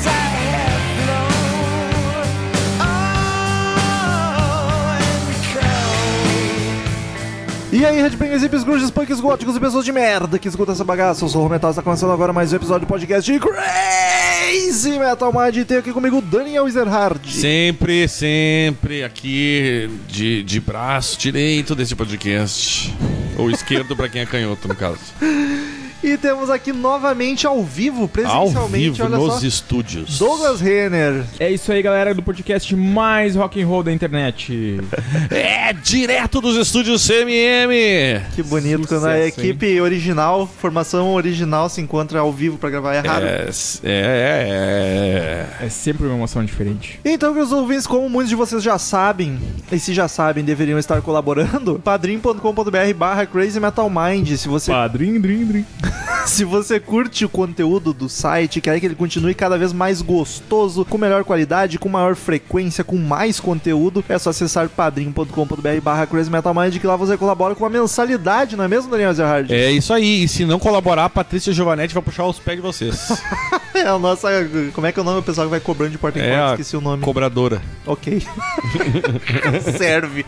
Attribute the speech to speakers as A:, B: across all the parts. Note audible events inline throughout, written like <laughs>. A: Oh,
B: E aí, Redbangers, hips, grunges, punks, góticos e pessoas de merda que escutam essa bagaça. Eu sou o Romental, está começando agora mais um episódio do podcast de Crazy Metal Mind. E tem aqui comigo o Daniel Ezerhard.
C: Sempre, sempre aqui de, de braço direito desse podcast. Ou esquerdo pra quem é canhoto, no caso.
B: E temos aqui novamente ao vivo,
C: Ao
B: <laughs> presencialmente,
C: vivo
B: olha só,
C: nos estúdios.
B: Douglas Renner.
D: É isso aí, galera do podcast mais rock and roll da internet.
C: É direto dos estúdios CMM.
B: Que bonito, quando a
D: Sucesso, hein?
B: equipe original, formação original, se encontra ao vivo pra gravar, é raro.
C: É, é, é.
D: É sempre uma emoção diferente.
B: Então, meus ouvintes, como muitos de vocês já sabem, e se já sabem, deveriam estar colaborando, <laughs> padrim.com.br barra Crazy Metal Mind. Se você,
D: Padrinho, drim, drim.
B: se você curte o conteúdo do site, quer que ele continue cada vez mais gostoso, com melhor qualidade, com maior frequência, com mais conteúdo, é só acessar padrim.com.br barra Crazy Metal Mind, que lá você colabora com uma mensalidade, não é mesmo, Daniel Zerhard?
C: É isso aí. E se não colaborar, a Patrícia Giovanetti vai puxar os pés
B: <laughs>
C: de vocês.
B: É a nossa... Como é que é o nome do pessoal que vai cobrando de porta em
C: É
B: porta?
C: a
B: Esqueci o nome.
C: Cobradora.
B: Ok. Serve.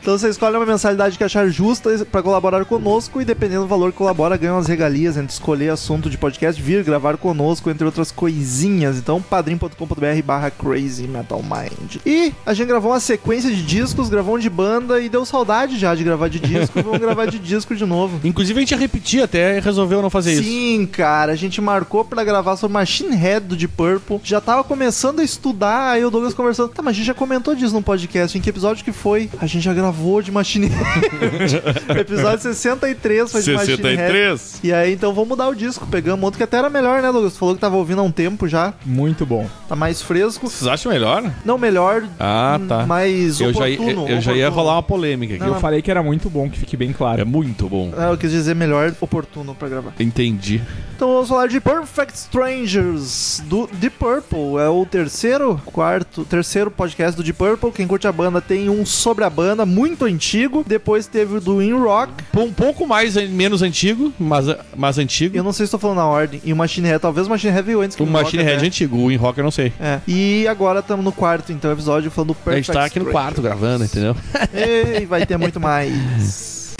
B: então você escolhe uma mensalidade que achar justa pra colaborar conosco e dependendo do valor que colabora, ganha umas regalias entre escolher assunto de podcast, vir gravar conosco, entre outras coisinhas. Então, padrim.com.br barra Crazy Metal Mind. E a gente gravou uma sequência de discos, gravou um de banda e deu saudade já de gravar de disco. Vamos gravar de disco de novo.
C: Inclusive, a gente ia repetir até e resolveu não fazer É isso.
B: Sim, cara, a gente marcou pra gravar sobre Machine Head do Deep Purple. Já tava começando a estudar, aí o Douglas conversando. Tá, mas a gente já comentou disso num podcast. Em que episódio que foi? A gente já gravou de Machine <laughs> Head. episódio 63 foi de Machine Head. E aí, então vamos mudar o disco. Pegamos outro que até era melhor, né, Douglas? Tu falou que tava ouvindo há um tempo já.
D: Muito bom.
B: Tá mais fresco.
C: Vocês acham melhor?
B: Não melhor,
C: Ah, tá.
B: mais
C: Eu já,
B: Hum, oportuno.
C: eu já ia
B: oportuno.
C: rolar uma polêmica aqui.
B: Não,
D: Eu falei que era muito bom, que fique bem
C: É
D: claro.
C: muito bom.
B: Ah, eu quis dizer melhor oportuno pra gravar.
C: Entendi.
B: Então vamos falar de Perfect Strangers do Deep Purple. É o terceiro, quarto, terceiro podcast do Deep Purple. Quem curte a banda tem um sobre a banda muito antigo. Depois teve o do In Rock.
C: Um pouco mais, menos antigo, mas, mas antigo.
B: Eu não sei se estou falando na ordem. E o Machine Head, talvez o Machine Head veio antes que
C: O
B: In
C: Machine
B: Rock,
C: Head
B: né?
C: antigo, o In Rock é. eu não sei.
B: É. E agora estamos no quarto, então, episódio falando do
C: a
B: Perfect
C: gente tá aqui no quarto gravando, entendeu?
B: quarto. Ei, vai ter muito mais.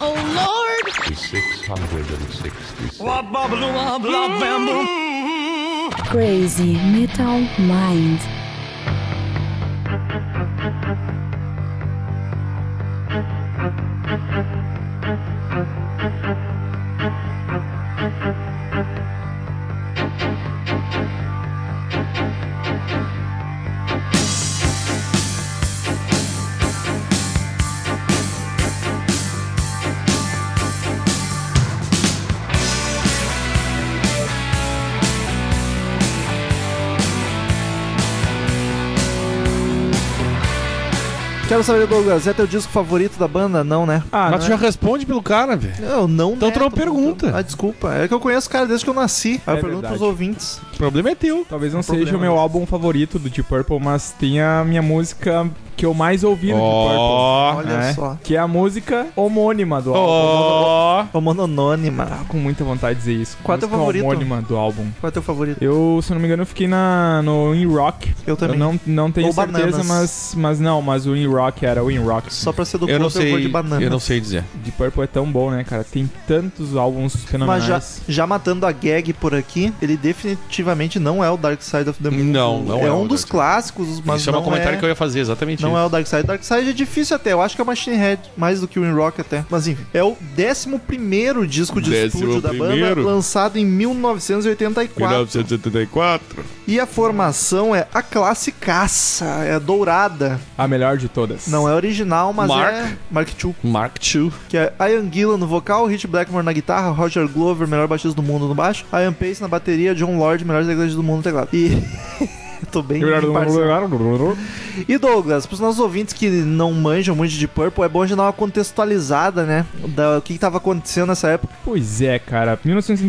E: Oh Lord!
A: 666.
F: Crazy Metal Mind.
B: Quero saber, Douglas, é teu disco favorito da banda? Não, né?
D: Ah,
C: mas
D: não
C: tu já responde pelo cara, velho.
B: Eu não né?
C: Então tu não
B: nego.
C: pergunta.
B: Ah, desculpa. É que eu conheço o cara desde que eu nasci. Aí eu
D: É
B: pergunto
D: verdade.
B: pros ouvintes.
C: O problema é teu.
D: Talvez não
B: Problema,
D: seja o meu
B: né?
D: álbum favorito do Deep Purple, mas tem a minha música que eu mais ouvi do Deep
C: Ó, né?
B: Olha
D: É.
B: só.
D: Purple. Que é a música homônima do álbum.
C: ó.
B: Como anônima.
D: Tava com muita vontade de dizer isso.
B: Qual é teu
D: Música
B: favorito?
D: homônima do álbum.
B: Qual é teu favorito?
D: Eu, se eu não me engano, eu fiquei na, no In Rock.
B: Eu também.
D: Eu não, não tenho
B: Ou
D: certeza,
B: Bananas.
D: mas, mas não, mas o In Rock era o In Rock.
B: Só pra ser do
C: Eu um não
B: eu vou
C: sei.
B: de banana.
C: Eu não sei dizer.
D: Deep Purple é tão bom, né, cara? Tem tantos álbuns
B: Mas
D: fenomenais.
B: já, já matando a gag por aqui, ele definitivamente não é o Dark Side of the Moon.
C: Não, não
B: é.
C: é o
B: um dos
C: Dark-
B: clássicos, mas
C: isso é
B: não
C: um comentário
B: é...
C: que eu ia fazer, exatamente
B: Não é
C: isso.
B: o Dark Side. Dark Side é difícil até. Eu acho que é o Machine Head, mais do que o In Rock até. Mas enfim, é o 11 disco de
C: Décimo
B: estúdio da banda,
C: primeiro.
B: lançado em 1984.
C: 1974.
B: E a formação é a classicaça, é dourada.
D: A melhor de todas.
B: Não é original, mas
C: Mark.
B: é Mark II.
C: Mark II.
B: Que é Ian Gillan no vocal, Rich Blackmore na guitarra, Roger Glover, melhor baixista do mundo no baixo, Ian Pace na bateria, John Lord, melhor tecladista do mundo no teclado. E. <laughs> Tô bem. imparcial.
D: né?
B: E Douglas, pros nossos ouvintes que não manjam muito de Purple, é bom a gente dar uma contextualizada, né? Da, o que, que tava acontecendo nessa época.
D: Pois é, cara.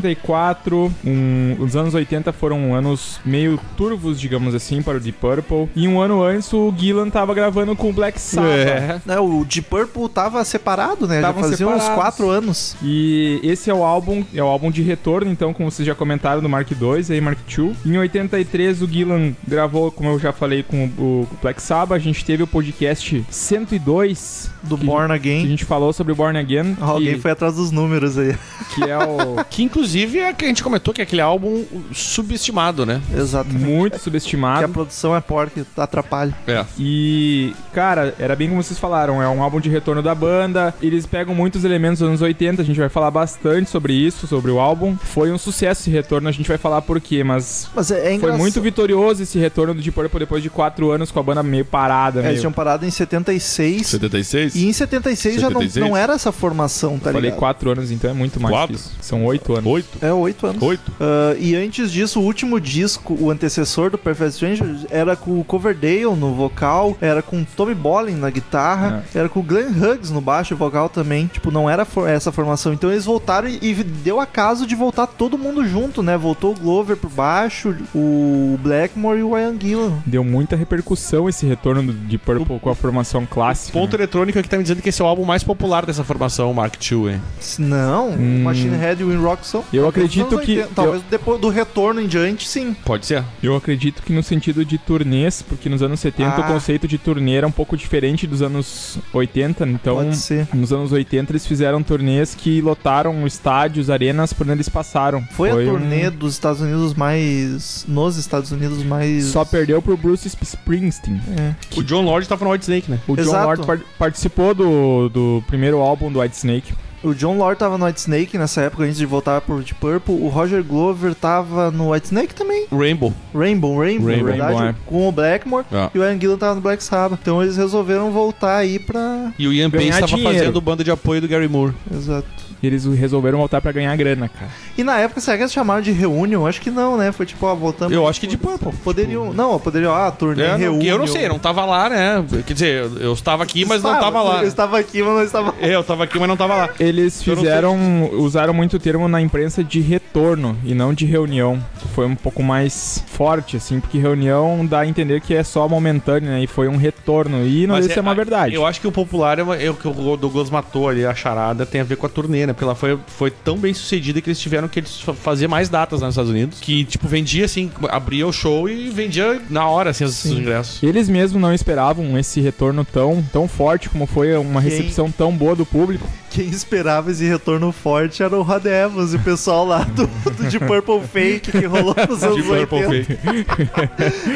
D: 1964, um- os anos 80 foram anos meio turvos, digamos assim, para o Deep Purple. E um ano antes, o Gillan tava gravando com o Black Sabbath.
C: É.
B: Né? O de Purple tava separado, né?
D: Tavam
B: Já fazia uns
D: separados.
B: 4 anos.
D: E esse é o álbum, é o álbum de retorno, então, como vocês já comentaram, do Mark II, aí Mark II. Em 83, o Gillan gravou, como eu já falei, com o Black Sabbath. A gente teve o podcast 102,
B: Do
D: Que-
B: Born
D: que a
B: Again.
D: gente falou sobre Born Again.
B: <laughs> Alguém
D: que,
B: foi atrás dos números aí. <laughs>
D: que é o
C: Que inclusive é que a gente comentou que é aquele álbum subestimado, né?
B: Exatamente.
D: muito
B: Que a
D: subestimado.
B: produção é porca, atrapalha.
C: É.
D: E, cara, era bem como vocês falaram, é um álbum de retorno da banda. Eles pegam muitos elementos dos anos 80, a gente vai falar bastante sobre isso, sobre o álbum. Foi um sucesso esse retorno, a gente vai falar por quê, mas
B: Mas é, é
D: foi
B: engraçado.
D: muito vitorioso esse retorno do Deep Purple depois de quatro anos com a banda meio parada,
B: É, Eles
D: meio.
B: tinham parado em 76.
C: 76?
B: E em 76, já
C: 76?
B: não, não era essa formação, tá
D: Falei
B: ligado?
D: quatro anos, então é muito mais
C: Quatro?
D: que isso. São oito anos.
C: 8?
B: É, oito anos.
C: 8?
B: Ah, e antes disso, o último disco, o antecessor do Perfect Strangers, era com o Coverdale no vocal, era com o Tommy Bolin na guitarra,
D: É.
B: era com o Glenn Hughes no baixo e vocal também. Tipo, não era for- essa formação. Então eles voltaram e, e deu acaso de voltar todo mundo junto, né? Voltou o Glover pro baixo, o Blackmore e o Ian Gillan.
D: Deu muita repercussão esse retorno do Deep Purple com a formação clássica.
C: Ponto
D: né?
C: eletrônico que tá me dizendo que esse é o álbum mais popular dessa formação, Mark II, hein?
B: Disse, Não,
D: Hum.
B: Machine Head e Win Rock são.
D: Eu
B: talvez dos
D: acredito
B: anos
D: que-
B: 80, Talvez depois do retorno em diante, sim.
C: Pode ser?
D: Eu acredito que no sentido de turnês, porque nos anos 70 o
B: Ah.
D: conceito de turnê era um pouco diferente dos anos 80, então
B: Pode ser.
D: nos anos 80 eles fizeram turnês que lotaram estádios, arenas, por onde eles passaram.
B: Foi, a
D: um-
B: turnê dos Estados Unidos mais. Nos Estados Unidos mais.
D: Só perdeu pro Bruce Sp- Springsteen.
B: É.
C: O John Lord tava no White Snake, né?
D: O John
B: Exato.
D: Lord par- participou do, do primeiro álbum do Whitesnake.
B: O John Lord tava no White Snake nessa época, antes de voltar pro Deep Purple. O Roger Glover tava no White Snake também.
C: Rainbow.
B: Rainbow, Rainbow,
C: Rainbow,
B: na verdade.
D: Rainbow, é.
B: Com o Blackmore.
C: Ah.
B: E o Ian Gillan tava no Black Sabbath. Então eles resolveram voltar aí pra.
C: E o Ian Pace
D: Ganhar
C: tava
D: dinheiro.
C: fazendo banda de apoio do Gary Moore.
B: Exato.
D: E eles resolveram voltar pra ganhar grana, cara.
B: E na época, será que eles chamaram de reunion? Acho que não, né? Foi tipo, ó, voltamos.
C: Eu acho que de Purple.
B: Poderiam. Não, poderiam. Ah, turnê
C: É, não,
B: reunion.
C: que eu não sei, não tava lá, né? Quer dizer, eu- eu estava aqui, mas não
B: Estava,
C: tava lá.
B: Eu estava aqui, mas não estava.
C: É, Eu tava aqui, mas não tava lá.
D: Eles
C: Eu não sei.
D: fizeram, usaram muito o termo na imprensa de retorno e não de reunião. que Foi um pouco mais forte, assim, porque reunião dá a entender que é só momentâneo, né? E foi um retorno. E não
C: Mas
D: sei se é uma verdade.
C: Eu acho que o popular é, uma- é o que o Douglas matou ali, a charada, tem a ver com a turnê, né? Porque ela foi, foi tão bem sucedida que eles tiveram que eles fa- fazer mais datas lá nos Estados Unidos. Que, tipo, vendia assim, abria o show e vendia na hora, assim, os os ingressos.
D: Eles mesmos não esperavam esse retorno tão, tão forte como foi uma
B: Quem?
D: recepção tão boa do público.
B: Quem esperava esse retorno forte era o Rod Evans e o pessoal lá do, do de Purple Fake que rolou nos anos 80.
C: Fake.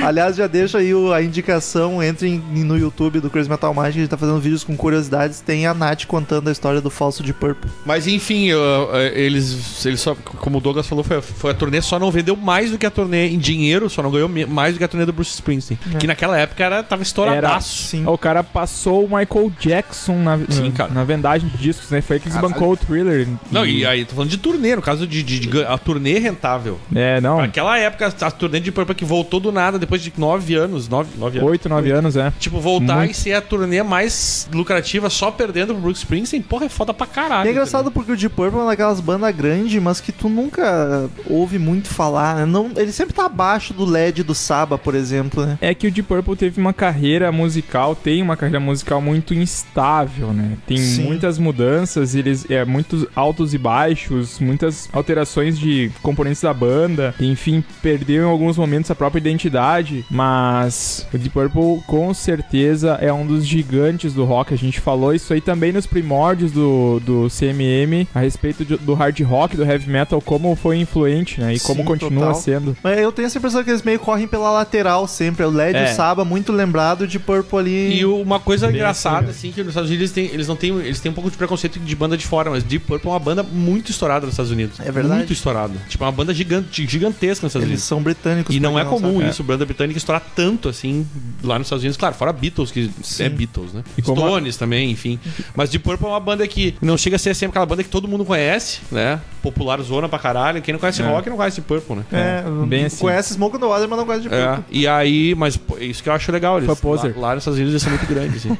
B: Aliás, já deixa aí o- a indicação, entrem no YouTube do Crazy Metal Mind, que a gente tá fazendo vídeos com curiosidades. Tem a Nath contando a história do falso de Purple.
C: Mas enfim, eu- eu- eles, eles só, como o Douglas falou, foi, foi a turnê só não vendeu mais do que a turnê em dinheiro, só não ganhou me- mais do que a turnê do Bruce Springsteen. Que naquela época era, tava estouradaço.
B: É. Sim.
D: É O cara passou o Michael Jackson na,
C: Sim,
D: na,
C: cara.
D: na vendagem de discos, né? Foi que
C: Caralho.
D: desbancou o thriller.
C: Não, e aí, tô falando de turnê, no caso de, de- de gan- a turnê rentável.
B: Hum.
D: É, não.
C: Naquela época, a turnê de Purple que voltou do nada, depois de nove anos, nove, nove anos.
D: Oito, nove anos, é.
C: Tipo, voltar
D: Muito.
C: e ser a turnê mais lucrativa só perdendo pro Bruce Springsteen, porra, é foda pra caralho.
B: E é engraçado porque o de Purple é uma daquelas bandas grandes, mas que tu nunca ouve muito falar. né? Não, ele sempre tá abaixo do LED do Saba, por exemplo, né?
D: É que o Deep Purple teve uma carreira musical, tem uma carreira musical muito instável, né? Tem
B: Sim.
D: muitas mudanças, eles é muitos altos e baixos, muitas alterações de componentes da banda, enfim, perdeu em alguns momentos a própria identidade, mas o Deep Purple com certeza é um dos gigantes do rock, a gente falou isso aí também nos primórdios do, do CMM, a respeito de- do hard rock, do heavy metal, como foi influente, né? E como
B: Sim,
D: continua
B: total.
D: sendo.
B: Mas eu tenho essa impressão que eles meio correm pela lateral sempre. O LED e
D: É.
B: o Saba, muito lembrado de Purple ali.
C: E o- uma coisa
D: Bem
C: engraçada,
D: assim,
C: assim, que nos Estados Unidos eles, têm, eles não têm. Eles têm um pouco de preconceito de banda de fora, mas Deep Purple é uma banda muito estourada nos Estados Unidos.
B: É verdade.
C: Muito estourada. Tipo, é uma banda gigante, gigantesca nos Estados
B: Eles
C: Unidos.
B: são britânicos.
C: E
B: pra
C: não
B: quem
C: é comum
D: né?
B: sabe.
C: isso, banda britânica estourar tanto assim lá nos Estados Unidos. Claro, fora Beatles, que é Beatles, né?
D: E como a-
C: Stones também, enfim. Mas Deep Purple é uma banda que não chega a ser sempre aquela banda que todo mundo conhece, né? Popular zona pra caralho. Quem não conhece
D: É.
C: rock não conhece Deep Purple, né?
B: É,
D: bem assim.
B: conhece Smoke on the Water, mas não gosta de
C: É,
B: Purple.
C: e aí, mas pô, isso que eu acho legal. Eles,
D: Foi poser.
C: Lá, lá nos Estados Unidos eles são muito grandes, assim.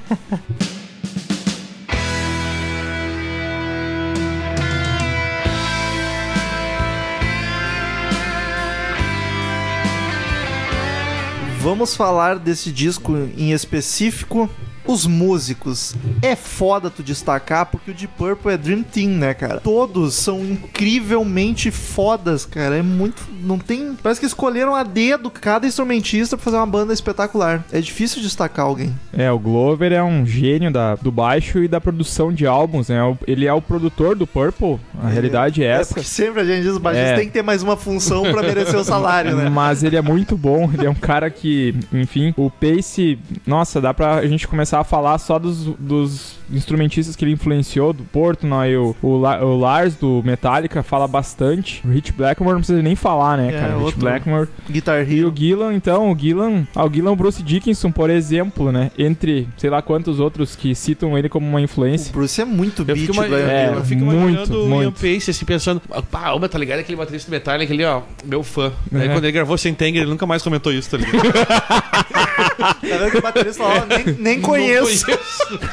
B: Vamos falar desse disco em específico. os músicos. É foda tu destacar porque o Deep Purple é Dream Team, né, cara? Todos são incrivelmente fodas, cara. É muito. Não tem. Parece que escolheram a dedo cada instrumentista pra fazer uma banda espetacular. É difícil destacar alguém.
D: É, o Glover é um gênio da, do baixo e da produção de álbuns, né? O- Ele é o produtor do Purple, a realidade é
B: É
D: essa.
B: porque sempre a gente diz, mas
D: É.
B: tem que ter mais uma função pra merecer o salário, né?
D: Mas ele é muito bom, ele é um cara que, enfim, o Pace, nossa, dá pra a gente começar a falar só dos, dos instrumentistas que ele influenciou, do Porto, né? E o, o, La- o Lars do Metallica fala bastante. O Rich Blackmore não precisa nem falar,
B: É,
D: né, cara? O Rich
B: outro-
D: Blackmore
B: Guitar
D: E
B: Hero.
D: o Gillan, então, o Gillan, ah, o Gillan Bruce Dickinson, por exemplo, né? Entre sei lá quantos outros que citam ele como uma
B: O
D: influência.
B: Bruce é muito
C: Eu
B: beat,
C: fico, ima-
B: Brian
D: é,
B: Gillan.
C: eu fico
D: muito,
C: imaginando o Ian
D: muito.
C: Pace, assim, pensando, pá, ô, meu, tá ligado? Aquele baterista do Metallica, ele, ó, meu fã. Aí
D: É.
C: quando ele gravou Sem Tanger, ele nunca mais comentou isso, tá
B: <laughs>
C: ligado?
B: Tá vendo que o baterista lá, ó, <laughs> nem, nem conheço.
C: Não conheço.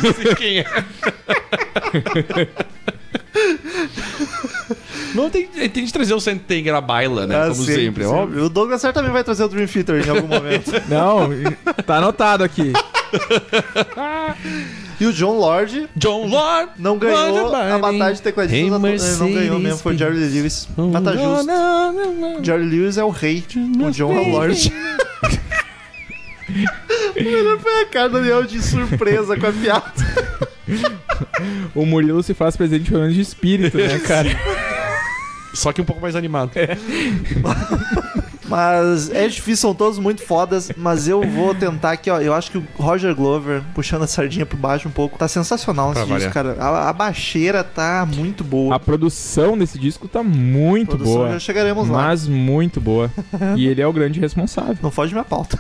C: Não sei
B: <laughs>
C: quem é. Não tem, tem de trazer o Sem Tanger à baila, né?
B: Ah,
C: como
B: sim,
C: sempre, é
B: sim.
C: óbvio.
B: O Douglas certamente vai trazer o Dream Theater em algum momento. <laughs>
D: Não, tá anotado aqui.
B: e o John Lord
C: John Lord
B: não ganhou a batalha de
C: Hey,
B: tecladistas. Hey, não ganhou mesmo, foi o Jerry Lewis. Mas tá justo. Jerry Lewis é o rei, o John é o Lord. <laughs> O melhor foi a cara do Daniel de surpresa com a piada.
D: O Murilo se faz presente pelo menos de espírito,
B: <laughs>
D: né, cara?
C: Só que um pouco mais animado.
B: <laughs> É. Mas é difícil, são todos muito fodas. Mas eu vou tentar aqui, ó. Eu acho que o Roger Glover, puxando a sardinha por baixo um pouco, tá sensacional nesse
C: Pra
B: disco, cara. A, a baixeira tá muito boa.
D: A produção desse disco tá muito
B: Produção,
D: boa.
B: Já chegaremos lá.
D: Mas muito boa. E ele é o grande responsável.
B: <laughs> Não foge minha pauta.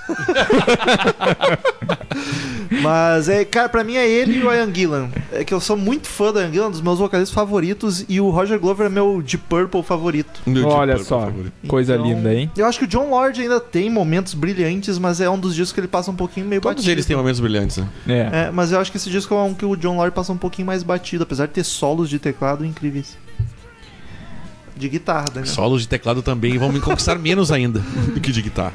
B: Mas, é, cara, pra mim é ele e o Ian Gillan. É que eu sou muito fã do Ian Gillan, um dos meus vocalistas favoritos, e o Roger Glover é meu Deep Purple favorito.
C: Meu
D: Olha
C: tipo,
D: só,
C: por favor.
D: coisa
B: Então,
D: linda, hein?
B: Eu acho que o John Lord ainda tem momentos brilhantes, mas é um dos discos que ele passa um pouquinho meio
C: Todos
B: batido.
C: eles têm momentos brilhantes, né?
D: É.
B: É, mas eu acho que esse disco é um que o John Lord passa um pouquinho mais batido, apesar de ter solos de teclado incríveis. De guitarra, né?
C: Solos de teclado também vão me conquistar menos ainda do que de guitarra.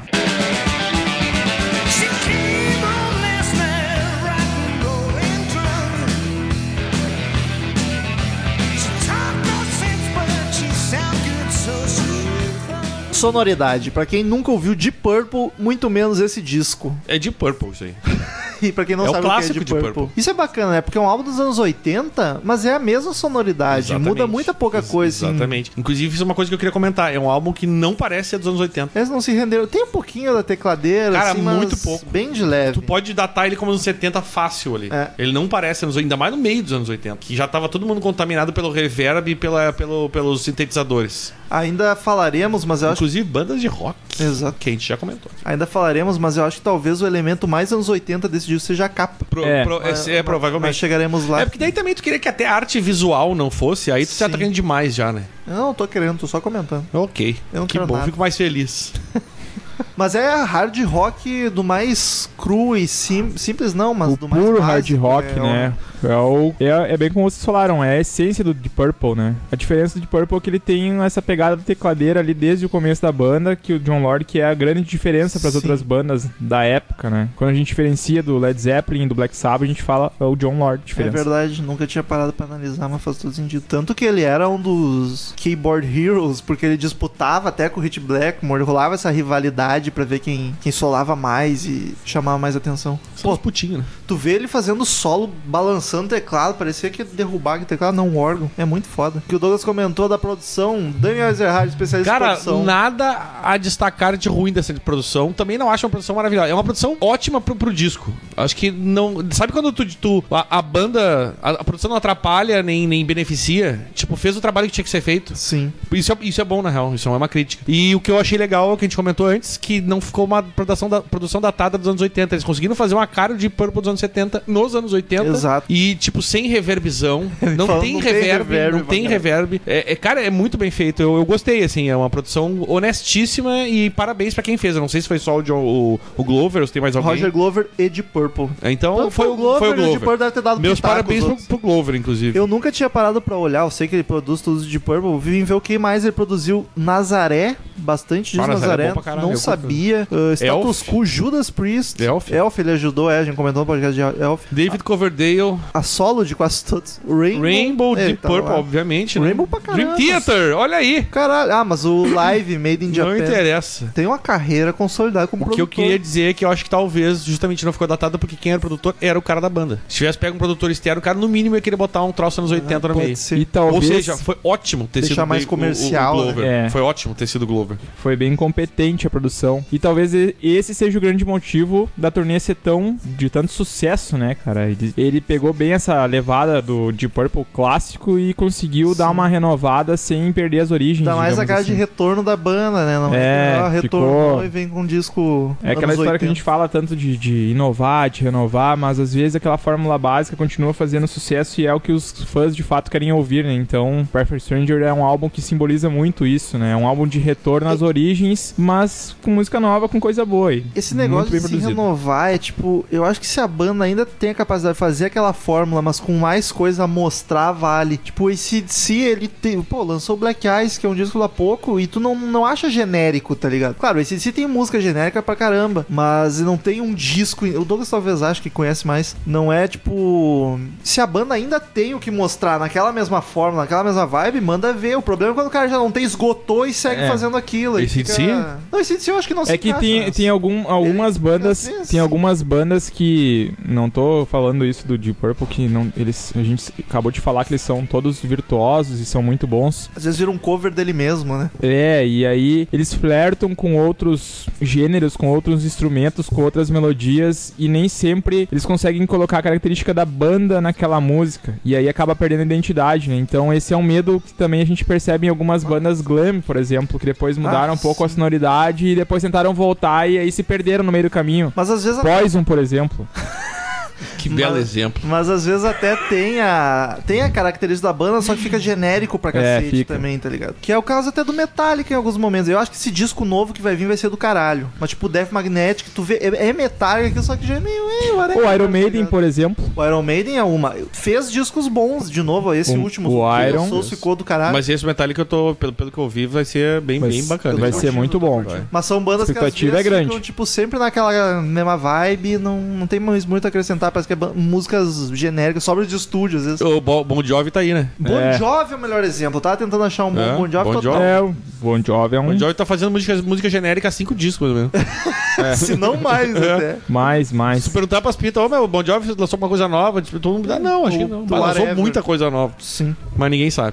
B: Sonoridade. Pra quem nunca ouviu Deep Purple, muito menos esse disco.
C: É de Purple isso aí.
B: <laughs> E pra quem não
C: É o
B: sabe
C: clássico
B: que é
C: de
B: de Purple.
C: Purple.
B: Isso é bacana, né? Porque é um álbum dos anos 80, mas é a mesma sonoridade.
C: Exatamente.
B: Muda muita pouca
C: Ex-
B: coisa. assim.
C: Exatamente. Inclusive, isso é uma coisa que eu queria comentar. É um álbum que não parece ser dos anos 80.
B: Eles não se renderam. Tem um pouquinho da tecladeira,
C: Cara,
B: assim, mas
C: muito pouco.
B: Bem de leve.
C: Tu pode datar ele como anos 70 fácil ali.
B: É.
C: Ele não parece anos 80, ainda mais no meio dos anos 80. Que já tava todo mundo contaminado pelo reverb e pela, pelo, pelos sintetizadores.
B: Ainda falaremos, mas eu acho.
C: Inclusive, bandas de rock.
B: Exato.
C: Que a gente já comentou.
B: Ainda falaremos, mas eu acho que talvez o elemento mais anos 80 desse disco seja a capa.
C: Pro-
D: É.
C: pro- é, é,
B: Mas
C: provavelmente.
B: chegaremos lá.
C: É porque daí também tu queria que até a arte visual não fosse, aí tu se
B: Sim.
C: atacando demais já, né?
B: Eu não tô querendo, tô só comentando.
C: Ok.
B: Eu não
C: que
B: quero
C: bom,
B: nada.
C: fico mais feliz.
B: Mas é hard rock do mais cru e sim- simples, não, mas
D: O
B: do mais.
D: puro hard
B: básico,
D: rock,
B: é,
D: né? É, o- é- é bem como vocês falaram, é a essência do Deep Purple, né? A diferença do Deep Purple é que ele tem essa pegada do tecladeira ali desde o começo da banda, que o John Lord, que é a grande diferença para as
B: Sim.
D: outras bandas da época, né? Quando a gente diferencia do Led Zeppelin, do Black Sabbath, a gente fala é o John Lord
B: É
D: diferença.
B: verdade, nunca tinha parado pra analisar, mas faz todo sentido. Tanto que ele era um dos keyboard heroes, porque ele disputava até com o Hit Blackmore, rolava essa rivalidade pra ver quem, quem solava mais e chamava mais atenção.
C: São
B: Pô,
C: uns putinhos, né?
B: tu vê ele fazendo solo, balançando o teclado, parecia que ia derrubar o teclado, não um órgão. É muito foda. O que o Douglas comentou da produção, Daniel Ezerhard, especialista em
C: Cara,
B: produção.
C: nada a destacar de ruim dessa produção. Também não acho uma produção maravilhosa. É uma produção ótima pro, pro disco. Acho que não. Sabe quando tu. tu- a, a banda. A, a produção não atrapalha nem, nem beneficia? Tipo, fez o trabalho que tinha que ser feito.
B: Sim.
C: Isso é, isso é bom, na real. Isso não é uma crítica. E o que eu achei legal é o que a gente comentou antes, que não ficou uma produção, da- produção datada dos anos 80. Eles conseguiram fazer uma cara de Purple dos anos 70 nos anos 80.
B: Exato.
C: E, tipo, sem
B: <laughs>
C: reverbzão. Não
B: falou,
C: tem
B: "Não tem
C: reverb,
B: reverb,
C: não tem
B: bacana."
C: reverb. É, é- cara, é muito bem feito. Eu, eu gostei, assim. É uma produção honestíssima e parabéns pra quem fez. Eu não sei se foi só o, John, o, o Glover ou se tem mais alguém.
B: Roger Glover e de Purple.
C: Então,
B: Então,
C: foi, o Glover. Foi o
B: e Deep Purple
C: Glover.
B: deve ter dado
C: Meus
B: pitaco
C: parabéns
B: os
C: pro,
B: outros.
C: pro Glover, inclusive.
B: Eu nunca tinha parado pra olhar, eu sei que ele produz tudo de Purple, vim ver o que mais ele produziu Nazaré, bastante de
C: Ah, Nazaré é
B: Nazaré,
C: bom pra caralho,
B: não
C: eu curto.
B: sabia. Uh, status
C: Elf.
B: Quo, Judas Priest.
C: Elf.
B: ele ajudou, é, a gente comentou no podcast de Elf.
C: David Coverdale,
B: A solo de quase todos. Rainbow,
C: Rainbow,
B: ele
C: Deep
B: tava
C: Purple,
B: lá.
C: obviamente. né?
B: Rainbow pra
C: Dream
B: caralho.
C: Theater, olha aí.
B: Caralho, ah, mas o Live Made in
C: Não
B: Japan
C: interessa.
B: tem uma carreira consolidada como
C: O que eu
B: produtor.
C: queria dizer é que eu acho que talvez justamente não ficou datado porque quem era o produtor era o cara da banda. Se tivesse pego um produtor externo, o cara no mínimo ia querer botar um troço anos 80 no
B: Pode
C: meio.
B: ser.
D: E talvez
C: Ou seja, foi ótimo ter
B: Ah, Deixar
C: sido
B: mais
C: o- o-
B: comercial,
C: o Glover.
D: né? É.
C: Foi ótimo ter sido o Glover.
D: foi bem competente a produção. E talvez e- esse seja o grande motivo da turnê ser tão de tanto sucesso, né, cara? Ele, ele pegou bem essa levada do Deep Purple clássico e conseguiu dar uma renovada sem perder as origens.
B: Ainda mais a
D: digamos
B: cara
D: assim.
B: de retorno da banda, né? Não
D: É,
B: ah,
D: ficou-
B: retornou e vem com um disco.
D: É aquela
B: anos
D: história que a
B: 80.
D: gente fala tanto de, de inovar, de renovar, mas às vezes aquela fórmula básica continua fazendo sucesso e é o que os fãs de fato querem ouvir, né? Então, Perfect Stranger é um álbum que simboliza muito isso, né? É um álbum de retorno às origens, mas com música nova, com coisa boa. e
B: Esse
D: muito
B: negócio de
D: bem
B: se
D: produzido.
B: renovar é tipo, eu acho que se a banda ainda tem a capacidade de fazer aquela fórmula, mas com mais coisa a mostrar, vale. Tipo, o ACDC, ele tem. Pô, lançou o Black Eyes, que é um disco lá pouco, e tu não, não acha genérico, tá ligado? Claro, o ACDC tem música genérica pra caramba, mas não tem um disco. O Douglas talvez acho que conhece mais. Não é tipo. Se a banda ainda tem o que mostrar naquela mesma fórmula, naquela mesma vibe, manda ver. O problema é quando o cara já não tem, esgotou e segue
D: É.
B: fazendo aquilo. aí
C: AC/DC?
B: fica- Não, ACDC eu acho que não se
D: É que
B: encaixa, né?
D: tem,
B: mas-
D: tem algum, algumas bandas.
B: às vezes-
D: Tem algumas bandas que. Não tô falando isso do Deep Purple, que não, eles, a gente acabou de falar que eles são todos virtuosos e são muito bons.
B: Às vezes vira um cover dele mesmo, né?
D: É, e aí eles flertam com outros gêneros, com outros instrumentos, com outras melodias, e nem sempre eles conseguem colocar a característica da banda naquela música. E aí acaba perdendo a identidade, né? Então esse é um medo que também a gente percebe em algumas bandas glam, por exemplo, que depois mudaram um pouco a sonoridade e depois tentaram voltar e aí se perderam no meio do caminho.
B: Mas às vezes,
D: Poison, por exemplo.
C: Que belo
B: Mas-
C: exemplo.
B: mas às vezes até tem a, tem a característica da banda, só que fica genérico pra
D: É,
B: cacete
D: fica.
B: também, tá ligado? Que é o caso até do Metallica em alguns momentos. Eu acho que esse disco novo que vai vir vai ser do caralho. Mas tipo, o Death Magnetic, tu vê, é, é Metallica aqui, só que já é meio... é, whatever,
D: O Iron
B: tá
D: Maiden,
B: ligado?
D: por exemplo.
B: O Iron Maiden é uma. Fez discos bons, de novo, esse
D: O-
B: último.
D: o
B: que
D: Iron-
B: lançou, ficou do caralho. Mas,
C: Mas esse Metallica, eu tô, pelo, pelo que eu vi, vai ser bem,
D: Vai
C: bem
D: ser-
C: bacana.
D: vai
C: né?
D: ser muito bom.
C: Vai.
B: são bandas que elas
D: Expectativa
B: viram,
D: é
B: assim,
D: grande.
B: ficam, tipo, sempre naquela mesma vibe, não, não tem mais muito a acrescentar, parece que é ban- músicas genéricas, sobras de estúdio, às vezes.
C: O Bo- Bon Jovi tá aí, né?
B: Bon
D: É.
B: Jovi é o melhor exemplo. Eu tava tentando achar um bom
C: É,
B: Bon Jovi
C: Bon
B: total.
C: Jovi.
D: É, o Bon Jovi é um.
C: Bon Jovi tá fazendo música, música genérica há cinco discos, mais ou menos.
B: Se
D: <laughs>
B: não mais
D: É.
B: até.
D: Mais,
C: Se
D: mais.
C: perguntar pras pintas, ô meu, o Bon Jovi lançou alguma coisa nova, tipo, todo mundo, ah, não, acho que não. Mas lançou
B: Whatever.
C: muita coisa nova,
B: Sim.
C: mas ninguém sabe.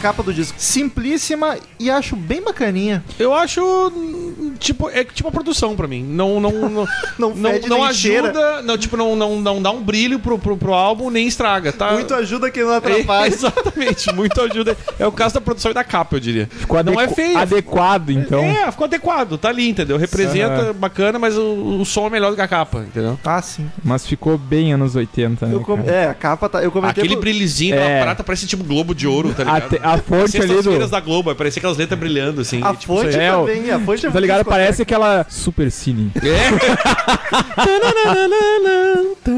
B: Capa do disco. Simplíssima e acho bem bacaninha.
C: Eu acho, hum, tipo, é tipo a produção pra mim. Não, <laughs> não, não,
B: Não
C: não,
B: fede
C: não
B: nem cheira.
C: ajuda, não, tipo, não, não, não dá um brilho pro, pro, pro álbum, nem estraga, tá?
B: Muito ajuda quem não
C: <laughs> É,
B: atrapalha.
C: Exatamente, muito ajuda. É o caso da produção e da capa, eu diria.
D: Ficou
C: Não é
D: adequ-
C: feio.
D: adequado, então.
C: É, ficou adequado, tá ali, entendeu? Representa, bacana, mas o, o som é melhor do que a capa, entendeu?
B: <laughs> Ah, sim.
D: Mas ficou bem anos 80, né?
B: Eu com-
D: cara?
B: É, a capa tá. Eu comentei.
C: Aquele
B: pro-
C: brilhozinho da
D: É.
C: prata parece tipo globo de ouro, tá
D: A,
C: ligado?
D: te- a fonte ali do.
C: Sextas-feiras da Globo, aí parecia aquelas letras brilhando, assim.
B: A
C: e, tipo,
B: fonte
D: isso aí. É, o-
B: também. A fonte é
D: Tá
B: muito
D: ligado?
B: escrota.
D: Parece aquela Super Cine.
C: <laughs>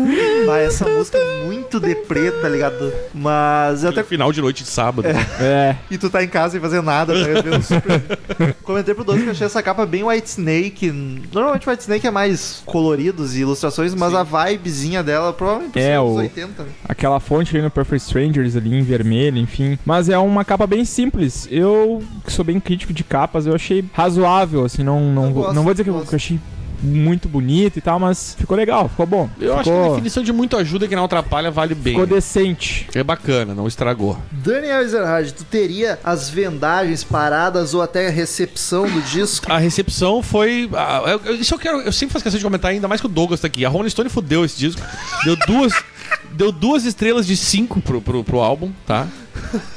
B: Bah, essa música é muito deprê, tá ligado? Mas eu
C: até
B: até
C: final de noite de sábado.
D: <laughs> É.
B: E tu tá em casa sem fazer nada, tá ligado? Vendo
D: <laughs>
B: super- Comentei pro Douglas que eu achei essa capa bem White Snake. Normalmente White Snake é mais coloridos e ilustrações, mas a vibezinha dela provavelmente
D: É,
B: dos
D: o-
B: 80. né?
D: Aquela fonte ali no Perfect Strangers ali em vermelho, enfim. Mas é uma capa bem simples. Eu, que sou bem crítico de capas, eu achei razoável, assim, não, não,
B: Eu
D: vou-
B: gosto,
D: não vou dizer que
B: eu
D: eu,
B: gosto.
D: que eu achei muito bonito e tal, mas ficou legal, ficou bom.
C: Eu acho que é a
D: ficou,
C: definição de muito ajuda é que não atrapalha vale bem.
D: ficou decente.
C: É bacana, não estragou.
B: Daniel Ezerhard, tu teria as vendagens paradas ou até a recepção do <laughs> disco?
C: A recepção foi. ah, eu- eu- isso eu quero. Eu sempre faço questão de comentar, ainda mais que o Douglas tá aqui. A Rolling Stone <laughs> fudeu esse disco. Deu duas. deu duas estrelas de cinco pro, pro, pro álbum, tá?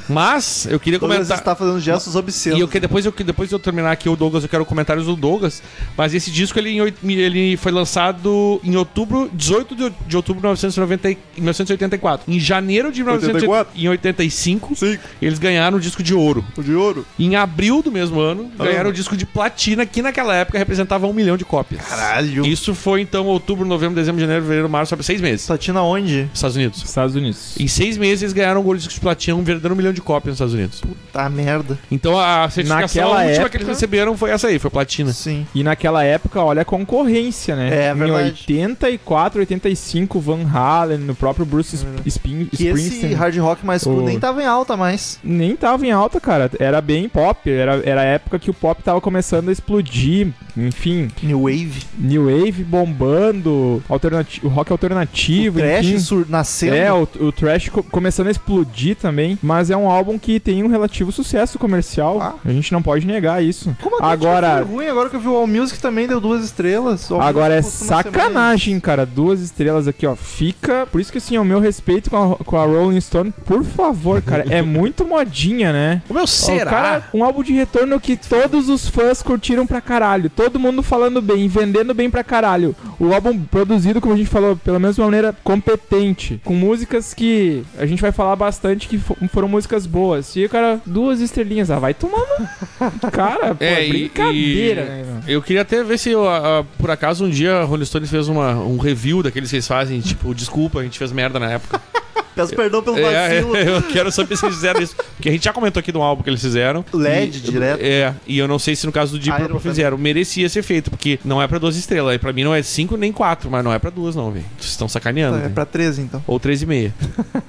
C: Mas eu queria
B: Douglas
C: comentar.
B: está tá fazendo gestos obscenos.
C: E eu que depois eu que depois eu terminar aqui o Douglas, eu quero comentários do Douglas, mas esse disco ele, em oit- ele foi lançado em outubro, 18 de, de outubro de 1990, e- 1984. Em janeiro de
B: 84?
C: 1985,
B: Sim,
C: eles ganharam o disco de ouro.
B: o de ouro.
C: Em abril do mesmo ano,
B: Ah.
C: ganharam o disco de platina, que naquela época representava um milhão de cópias.
B: Caralho.
C: Isso foi então outubro, novembro, dezembro, janeiro, fevereiro, março, sabe, seis meses.
B: Satina onde?
C: Estados Unidos.
D: Estados Unidos.
C: Em seis meses eles ganharam o Gold Disco de Platina, um verdadeiro milhão de cópias nos Estados Unidos.
B: Tá merda.
C: Então a certificação
D: Naquela
C: a última que
D: época-
C: eles receberam foi essa aí, foi platina.
B: Sim.
D: E naquela época, olha a concorrência, né?
B: É, verdade.
D: Em 84, 85, Van Halen, no próprio Bruce Sp- Spin-
B: Que esse
D: Springsteen.
B: hard rock mais cru
D: O-
B: nem tava em alta mais.
D: Nem tava em alta, cara. Era bem pop. Era, era a época que o pop tava começando a explodir. Enfim,
B: New Wave.
D: New Wave bombando, alternati- o rock alternativo,
B: o
D: enfim.
B: trash sur- nascendo.
D: É, o, o trash co- começando a explodir também, mas é um álbum que tem um relativo sucesso comercial.
B: Ah.
D: A gente não pode negar isso.
B: Como a
D: Agora,
B: crítica foi ruim, agora que eu vi o All Music também deu duas estrelas. O All
D: Agora é
B: Music costuma ser mais-
D: sacanagem, cara. Duas estrelas aqui, ó. Fica. Por isso que, assim, o meu respeito com a, com a Rolling Stone, por favor, cara. É muito modinha, né?
C: O meu
D: Ó, o cara, um álbum de retorno que todos os fãs curtiram pra caralho. Todo mundo falando bem, vendendo bem pra caralho. O álbum produzido, como a gente falou, pelo menos de uma maneira competente. Com músicas que a gente vai falar bastante que fo- foram músicas boas. E o cara, duas estrelinhas. Ah, vai tomar. no- <laughs> cara, pô, é,
C: e-
D: brincadeira,
C: e-
D: né, meu?
C: Eu queria até ver se, eu, a- a- por acaso, um dia a Rolling Stones fez uma, um review daqueles que eles fazem, tipo, desculpa, a gente fez merda na época.
B: Peço perdão pelo
C: É,
B: Um vacilo.
C: <laughs> eu quero saber se eles fizeram isso. Porque a gente já comentou aqui de um álbum que eles fizeram.
B: LED direto.
C: É, e eu não sei se no caso do Deep
B: Iron
C: Purple
B: Fang.
C: fizeram. Merecia ser feito, porque não é pra duas estrelas. E pra mim não é cinco nem quatro, mas não é pra duas, não, velho. Vocês estão sacaneando.
B: É
C: velho.
B: pra 13 então.
C: Ou três
B: <laughs>
C: e meia.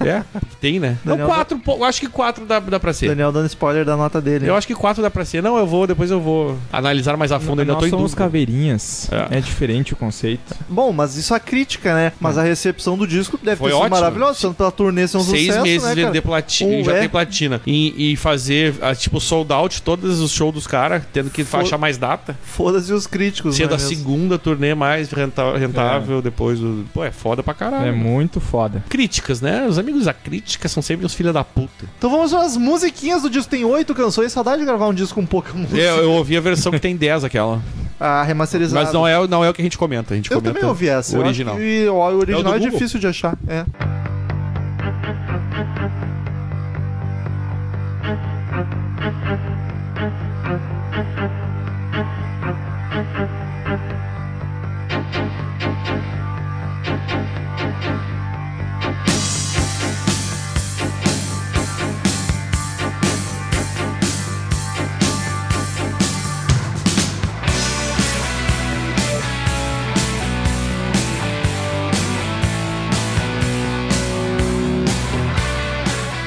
C: é? Tem, né? Não,
B: Daniel,
C: quatro, pô, eu acho que quatro dá, dá pra ser.
B: Daniel dando spoiler da nota dele.
C: Eu acho que quatro dá pra ser. Não, eu vou, depois eu vou analisar mais a fundo. Ainda
D: Nós
C: tô em
D: somos
C: dúvida.
D: caveirinhas.
C: É.
D: É. diferente o conceito.
B: Bom, mas isso é a crítica, né? Mas a recepção do disco deve
C: É. Foi
B: ter sido
C: ótimo.
B: maravilhosa. Tanto pela turnê ser um
C: Seis
B: sucesso,
C: meses
B: né, cara?
C: vender platina,
B: Um
C: já
B: é.
C: tem platina. E, e fazer, ah, tipo, sold out todos os shows dos caras, tendo que
B: Foi-
C: achar mais data.
B: Foda-se os É. críticos,
C: Sendo
B: né,
C: a
B: mesmo?
C: segunda turnê mais renta- rentável depois do. Pô, é foda pra caralho.
D: É muito foda.
C: Críticas, né? Os amigos da crítica são sempre os filha da puta.
B: Então vamos às musiquinhas do disco. Tem oito canções. Saudade de gravar um disco com pouca música.
C: É, Eu, eu ouvi a versão que tem <laughs> 10 aquela.
B: A remasterizada.
C: Mas não é, não é o que a gente comenta. A gente
B: Eu
C: comenta
B: também ouvi essa.
C: o
B: Eu acho
C: original.
B: que o o original
C: do
B: é,
C: Google?
B: difícil de achar. É.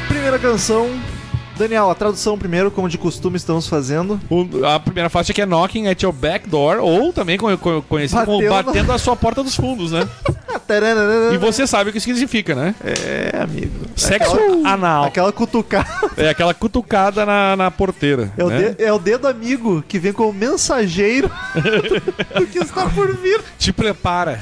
B: Primeira canção. Daniel, a tradução primeiro, como de costume estamos fazendo.
C: O- a primeira faixa que é Knocking at Your Back Door, ou também co- co- conhecido como
B: Bateu na-
C: Batendo a Sua Porta dos Fundos,
B: <laughs>
C: né? E você sabe o que isso significa, né?
B: É, amigo.
C: Sexo <laughs> anal.
B: Aquela cutucada.
C: É aquela cutucada na, na porteira.
B: É o,
C: né?
B: de- é o dedo amigo que vem como
C: <laughs>
B: mensageiro do que está por vir.
C: Te prepara.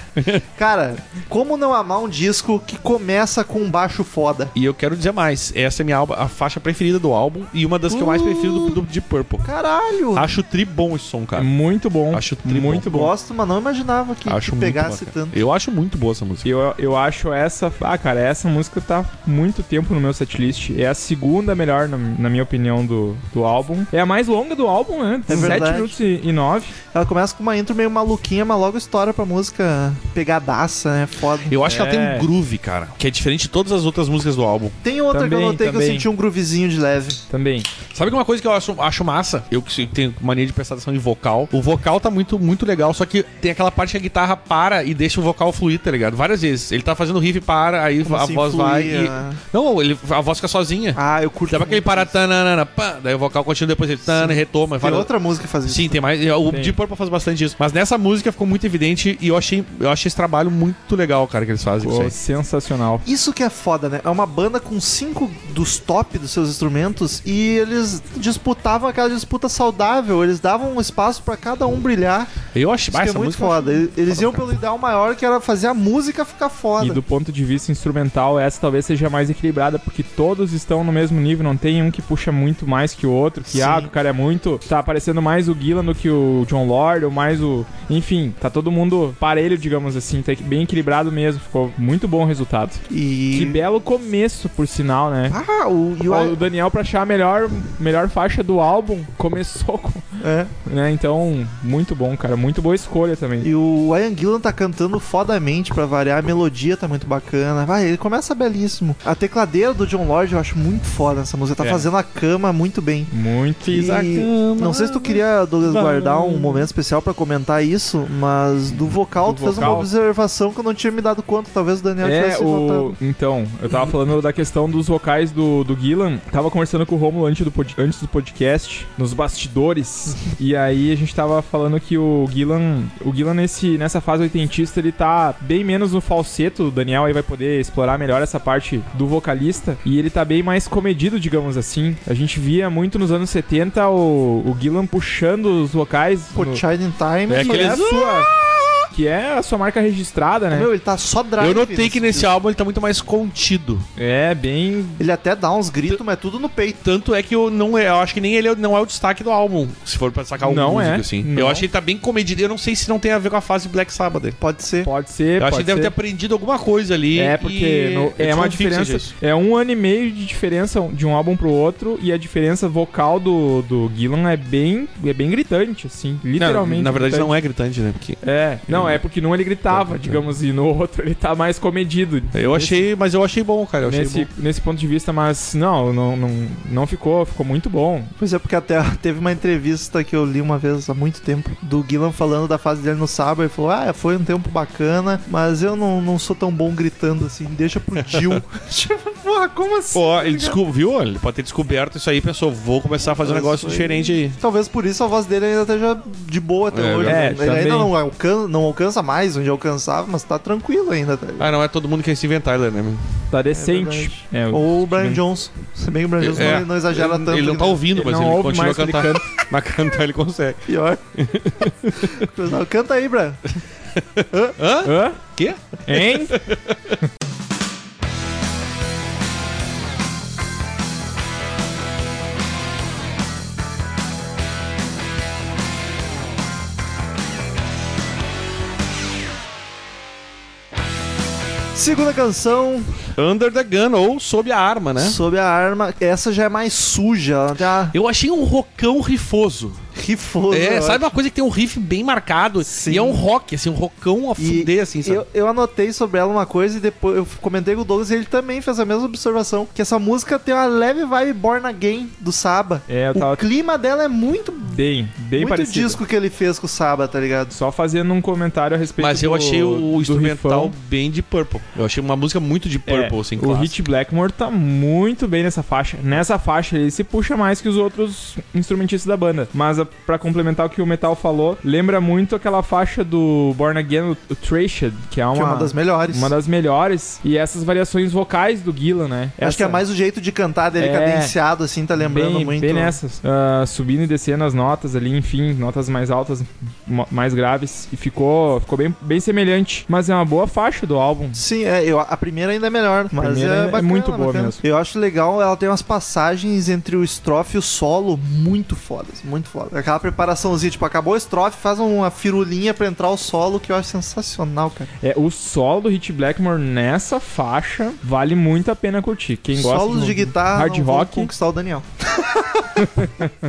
B: Cara, como não amar um disco que começa com um baixo foda?
C: E eu quero dizer mais, essa é minha alba- a faixa preferida do álbum e uma das que eu
B: Uh.
C: mais prefiro do, do Deep Purple.
B: Caralho!
C: Acho tri bom esse som,
D: É
B: Hum.
C: cara.
D: muito bom.
C: Acho tri
D: muito bom.
B: Gosto, mas não imaginava que,
C: acho
B: que
C: muito
B: pegasse
C: bom, cara.
B: tanto.
C: Eu acho muito boa essa música.
D: Eu, eu acho essa. Ah, cara, essa música tá muito tempo no meu setlist. É a segunda melhor, na, na minha opinião, do, do álbum. É a mais longa do álbum, né?
B: É
D: 17
B: verdade.
D: minutos e, e 9.
B: Ela começa com uma intro meio maluquinha, mas logo estoura pra música pegadaça, né? Foda.
C: Eu acho que ela tem
D: É.
C: um groove, cara, que é diferente de todas as outras músicas do álbum.
B: Tem outra que
D: Também,
B: eu notei que eu
D: também.
B: senti um groovezinho de leve.
D: Também.
C: Sabe que uma coisa que eu acho, acho massa? Eu que tenho mania de prestar atenção em vocal. O vocal tá muito, muito legal, só que tem aquela parte que a guitarra para e deixa o vocal fluir, tá ligado? Várias vezes. Ele tá fazendo riff e para, aí
B: Como
C: a
B: assim,
C: voz vai
B: fluir,
C: e...
B: né?
C: Não, ele, a voz fica sozinha.
B: Ah, eu curto.
C: Sabe aquele
B: muito
C: para
B: isso.
C: tananana, pá, daí o vocal continua, depois ele tana, retoma.
B: Tem
C: fala-
B: outra música que faz isso.
C: Sim, tem mais. é, O
D: Tem.
C: Deep Purple faz bastante isso. Mas nessa música ficou muito evidente e eu achei, eu achei esse trabalho muito legal, cara, que eles fazem.
D: Pô,
C: isso aí.
D: sensacional.
B: Isso que é foda, né? É uma banda com cinco dos top dos seus instrumentos e eles disputavam aquela disputa saudável. Eles davam um espaço pra cada um brilhar.
C: Eu achei.
B: Isso
C: Ah,
B: que é
C: essa
B: muito
C: música
B: foda. Eles iam pelo ideal maior que era fazer a música fica foda.
D: E do ponto de vista instrumental, essa talvez seja mais equilibrada, porque todos estão no mesmo nível, não tem um que puxa muito mais que o outro, que
B: Sim.
D: ah, o cara é muito. Tá aparecendo mais o Gillan do que o John Lord, ou mais o. Enfim, tá todo mundo parelho, digamos assim, tá bem equilibrado mesmo. Ficou muito bom o resultado.
B: E.
D: Que belo começo, por sinal, né?
B: Ah, o. e o-
D: Ó, O Daniel, pra achar a melhor, melhor faixa do álbum, começou com.
B: é.
D: Né? Então, muito bom, cara. Muito boa escolha também.
B: E o Ian Gillan tá cantando fodamente pra variar, a melodia tá muito bacana. Vai, ele começa belíssimo. A tecladeira do John Lord eu acho muito foda essa música. Tá
D: É.
B: fazendo a cama muito bem.
D: Muito.
B: E Não sei se tu queria, Douglas, guardar um momento especial pra comentar isso, mas do vocal
D: Do
B: tu fez uma
D: vocal.
B: observação que eu não tinha me dado conta. Talvez o Daniel
D: É,
B: tivesse notado.
D: o... Então, eu tava falando da questão dos vocais do, do Gillan. Tava conversando com o Romulo antes do, pod- antes do podcast, nos bastidores. e aí a gente tava falando que o Gillan, o Gillan nesse, nessa fase oitentista, ele tá bem menos no falseto. O Daniel aí vai poder explorar melhor essa parte do vocalista. E ele tá bem mais comedido, digamos assim. A gente via muito nos anos 70 o, o Gillan puxando os vocais.
B: Pô,
D: no-
B: Shining Time.
C: É
B: que-
D: que é a
C: Aqueles-
D: sua... Que é a sua marca registrada, né?
B: Meu, ele tá só drive.
C: Eu notei que nesse
B: disco.
C: álbum ele tá muito mais contido.
D: É, bem
B: Ele até dá uns gritos, mas é tudo no peito.
C: Tanto é que eu não eu acho que nem ele é- não é o destaque do álbum, se for pra sacar um
D: Não
C: músico,
D: é,
C: assim.
D: não.
C: Eu acho que ele tá bem comedido. Eu não sei se não tem a ver com a fase Black Sabbath dele.
B: Pode ser.
D: Pode ser,
C: Eu acho
D: pode
C: que ele deve ter
D: ser.
C: aprendido alguma coisa ali.
D: É, porque
C: e
D: no-
C: eu
D: é
C: desconfio
D: uma
C: que seja
D: diferença.
C: isso.
D: É um ano e meio de diferença de um álbum pro outro. E a diferença vocal do, do Gillan é bem, é bem gritante, assim. Literalmente.
C: Não, na verdade,
D: gritante.
C: não Tá, é gritante, né? Porque
D: É, não, é porque num ele gritava, digamos, e no outro ele tá mais comedido.
C: eu achei, mas eu achei bom, cara. Eu achei
D: Nesse,
C: bom.
D: nesse ponto de vista, mas não, não, não, não ficou, ficou muito bom.
B: Pois é, porque até <laughs> teve uma entrevista que eu li uma vez há muito tempo do Guilherme falando da fase dele no sábado. Ele falou: Ah, foi um tempo bacana, mas eu não, não sou tão bom gritando assim, deixa pro
C: <laughs>
B: Jill. tipo, porra, como assim?
C: Pô, ele descobriu, ele pode ter descoberto isso aí e pensou, vou começar a fazer um
B: Mas
C: negócio
B: foi-
C: diferente aí.
B: Talvez por isso a voz dele ainda esteja de boa até
C: É,
B: hoje.
D: é,
B: ele ainda
D: também.
B: não alcança, não alcança mais onde alcançava, mas tá tranquilo ainda. Tá? ligado?
C: Ah, não é todo mundo que é Steven Tyler, né? meu?
D: Tá decente.
B: verdade.
D: É,
B: Ou o Brian
D: Steven-
B: Johnson. Se bem que o Brian Johnson
C: É,
B: não, não exagera
C: ele,
B: tanto.
C: Ele não
B: que
C: tá ouvindo,
D: Ele
C: mas
D: não
C: ele
D: ouve
C: continua a
D: mais, ele
C: cantar. <laughs> Mas cantar ele consegue.
B: Pior.
C: <laughs>
B: Não, Canta aí, Brian.
C: Hã?
D: Hã?
C: Quê?
D: Hein?
C: <laughs>
B: Segunda canção,
C: Under the Gun ou Sob a Arma, né?
B: Sob a arma, essa já é mais suja, ela já
C: Eu achei um rocão rifoso.
B: rifou. né?
C: É,
B: eu
C: sabe
B: acho.
C: uma coisa que tem um riff bem marcado?
B: Sim.
C: E é um rock, assim, um rockão a
B: E
C: fuder, assim, sabe?
B: Eu, eu anotei sobre ela uma coisa e depois eu comentei com o Douglas e ele também fez a mesma observação, que essa música tem uma leve vibe Born Again do Saba.
D: É, eu
B: O
D: tava
B: clima dela é muito,
D: bem, bem
B: muito
D: parecido.
B: disco que ele fez com o Saba, tá ligado?
D: Só fazendo um comentário a respeito
C: Mas eu
D: do-
C: achei o
D: do
C: instrumental
D: rifão.
C: bem de Purple. Eu achei uma música muito de Purple,
D: É,
C: assim,
D: o
C: clássica.
D: Hit Blackmore tá muito bem nessa faixa. Nessa faixa ele se puxa mais que os outros instrumentistas da banda. Mas a- pra complementar o que o Metal falou, lembra muito aquela faixa do Born Again, o Trashed, que é uma,
B: que é uma das melhores.
D: uma das melhores. E essas variações vocais do Gillan, né?
B: Acho que é mais o jeito de cantar dele
D: É.
B: cadenciado, assim, tá lembrando
D: bem,
B: muito.
D: Bem nessas. Ah, subindo e descendo as notas ali, enfim, notas mais altas, mo- mais graves. E ficou, ficou bem, bem semelhante. Mas é uma boa faixa do álbum.
B: Sim, é, eu, a primeira ainda é melhor, mas
D: primeira
B: é,
D: é
B: bacana,
D: muito boa
B: bacana.
D: mesmo.
B: Eu acho legal, ela tem umas passagens entre o estrofe e o solo muito fodas, muito foda. Aquela preparaçãozinha, tipo, acabou o estrofe, faz uma firulinha pra entrar o solo, que eu acho sensacional, cara.
D: É, o solo do Hit Blackmore nessa faixa vale muito a pena curtir. Quem gosta
B: Solos de
D: ouvir
B: guitarra
D: hard
B: não vão
D: rock.
B: conquistar o Daniel.